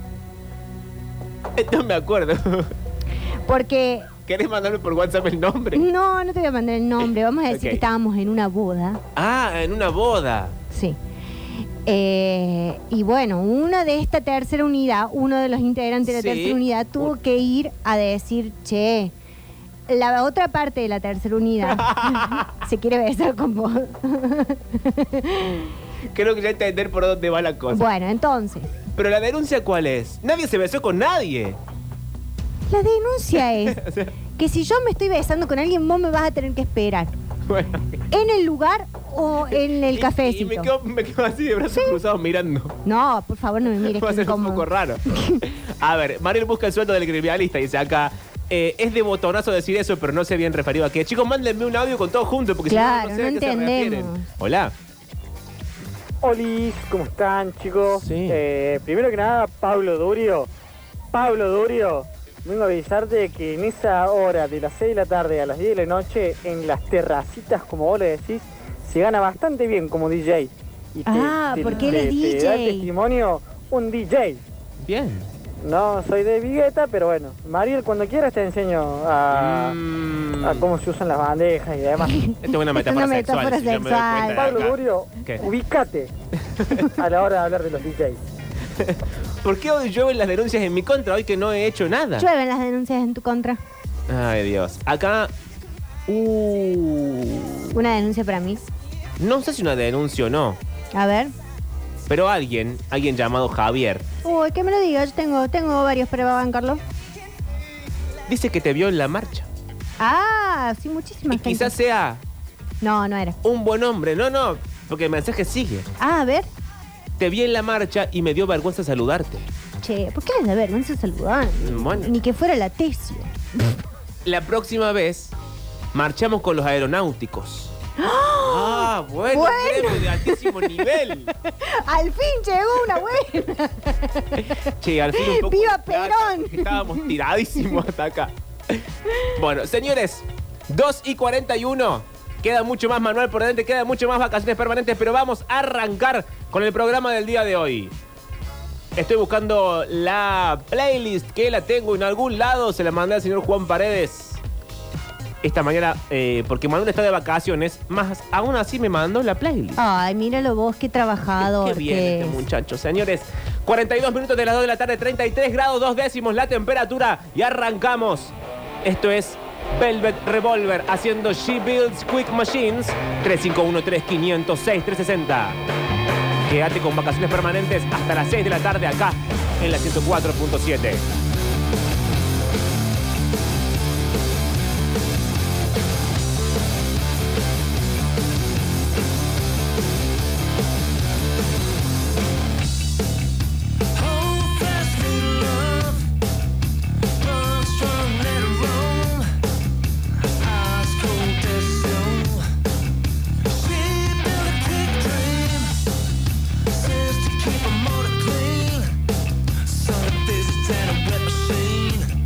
[SPEAKER 1] <laughs> No me acuerdo. <laughs>
[SPEAKER 2] Porque
[SPEAKER 1] ¿Querés mandarme por WhatsApp el nombre?
[SPEAKER 2] no, no te voy a mandar el nombre. Vamos a decir
[SPEAKER 1] Eh, Ok.
[SPEAKER 2] que estábamos en una boda.
[SPEAKER 1] Ah, en una boda.
[SPEAKER 2] Sí. Eh, y bueno, uno de esta tercera unidad, uno de los integrantes de la
[SPEAKER 1] Sí.
[SPEAKER 2] tercera unidad tuvo que ir a decir, che, la otra parte de la
[SPEAKER 1] <laughs>
[SPEAKER 2] tercera unidad se quiere besar con vos.
[SPEAKER 1] Creo que ya entender por dónde va la cosa.
[SPEAKER 2] bueno, entonces,
[SPEAKER 1] Pero la denuncia, ¿cuál es? Nadie se besó con nadie.
[SPEAKER 2] la denuncia es
[SPEAKER 1] <laughs> O sea,
[SPEAKER 2] que si yo me estoy besando con alguien, vos me vas a tener que esperar.
[SPEAKER 1] bueno.
[SPEAKER 2] ¿En el lugar o en el
[SPEAKER 1] Y-
[SPEAKER 2] cafecito?
[SPEAKER 1] Y, me, quedo, me quedo así de brazos cruzados mirando.
[SPEAKER 2] No, por favor, no me
[SPEAKER 1] <laughs>
[SPEAKER 2] mires.
[SPEAKER 1] Va a
[SPEAKER 2] que
[SPEAKER 1] ser un
[SPEAKER 2] incómodo.
[SPEAKER 1] poco raro. A ver, Mariel busca el sueldo del criminalista y dice acá. eh, es de botonazo decir eso, pero no sé bien referido a qué. Chicos, mándenme un audio con todos juntos, porque
[SPEAKER 2] Claro,
[SPEAKER 1] si no, no sé
[SPEAKER 2] no
[SPEAKER 1] a qué se
[SPEAKER 2] entendemos.
[SPEAKER 1] refieren. Hola.
[SPEAKER 4] Oli, ¿cómo están chicos?
[SPEAKER 1] Sí.
[SPEAKER 4] Eh, primero que nada, Pablo Durio. Pablo Durio, vengo a avisarte que en esa hora de las 6 de la tarde a las 10 de la noche, en las terracitas, como vos le decís, se gana bastante bien como DJ. Y
[SPEAKER 2] Ah, porque él es
[SPEAKER 4] te da
[SPEAKER 2] DJ.
[SPEAKER 4] testimonio un DJ.
[SPEAKER 1] Bien.
[SPEAKER 4] No soy de Vigueta, pero bueno. Mariel, cuando quieras te enseño a,
[SPEAKER 1] Mm,
[SPEAKER 4] a Ah, cómo se usan las bandejas y demás.
[SPEAKER 1] Esto es una metáfora
[SPEAKER 2] una
[SPEAKER 1] sexual.
[SPEAKER 2] metáfora
[SPEAKER 1] si yo me doy
[SPEAKER 2] sexual.
[SPEAKER 1] cuenta de
[SPEAKER 4] Pablo
[SPEAKER 1] acá.
[SPEAKER 4] Durio,
[SPEAKER 1] ¿Qué?
[SPEAKER 4] ubicate a la hora de hablar de los DJs.
[SPEAKER 1] ¿Por qué hoy llueven las denuncias en mi contra hoy que no he hecho nada?
[SPEAKER 2] Llueven las denuncias en tu contra.
[SPEAKER 1] Ay, Dios. Acá. Uh,
[SPEAKER 2] Una denuncia para mí.
[SPEAKER 1] no sé si una denuncia o no,
[SPEAKER 2] A ver.
[SPEAKER 1] pero alguien, alguien llamado Javier,
[SPEAKER 2] Uy, que me lo digas, tengo, tengo varios para bancarlo.
[SPEAKER 1] dice que te vio en la marcha.
[SPEAKER 2] Ah, sí, muchísimas
[SPEAKER 1] Y quizás sea
[SPEAKER 2] No, no era.
[SPEAKER 1] un buen hombre. No, no, porque el mensaje sigue.
[SPEAKER 2] Ah, a ver.
[SPEAKER 1] Te vi en la marcha y me dio vergüenza saludarte.
[SPEAKER 2] Che, ¿por qué les da vergüenza saludar?
[SPEAKER 1] Bueno.
[SPEAKER 2] Ni que fuera la tesio.
[SPEAKER 1] La próxima vez, marchamos con los aeronáuticos. Ah, bueno,
[SPEAKER 2] Bueno.
[SPEAKER 1] premio de altísimo nivel.
[SPEAKER 2] Al fin llegó una buena.
[SPEAKER 1] Che, al fin un poco
[SPEAKER 2] ¡Viva
[SPEAKER 1] de plata,
[SPEAKER 2] Perón!
[SPEAKER 1] porque Estábamos tiradísimos hasta acá. Bueno, señores, 2 y 41. Queda mucho más manual por delante, queda mucho más vacaciones permanentes, pero vamos a arrancar con el programa del día de hoy. Estoy buscando la playlist que la tengo en algún lado, se la mandé al señor Juan Paredes. Esta mañana, eh, porque Manuel está de vacaciones, más aún así me mandó la playlist.
[SPEAKER 2] Ay, míralo vos, qué trabajador.
[SPEAKER 1] Qué bien
[SPEAKER 2] que
[SPEAKER 1] este
[SPEAKER 2] es.
[SPEAKER 1] muchacho, señores. 42 minutos de las 2 de la tarde, 33 grados, 2 décimos la temperatura y arrancamos. Esto es Velvet Revolver haciendo She Builds Quick Machines 351-3506-360. Quédate con vacaciones permanentes hasta las 6 de la tarde acá en la 104.7.
[SPEAKER 5] Keep a motor clean. Son of this and a weapon.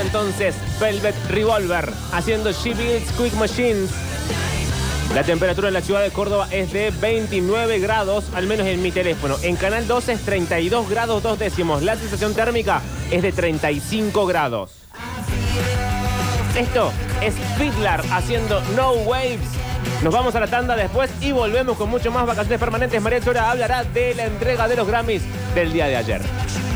[SPEAKER 1] entonces Velvet Revolver haciendo She Builds Quick Machines. La temperatura en la ciudad de Córdoba es de 29 grados, al menos en mi teléfono. En Canal 12 es 32 grados dos décimos. La sensación térmica es de 35 grados. Esto es Fiddler haciendo No Waves. Nos vamos a la tanda después y volvemos con mucho más vacaciones permanentes. María Chora hablará de la entrega de los Grammys del día de ayer.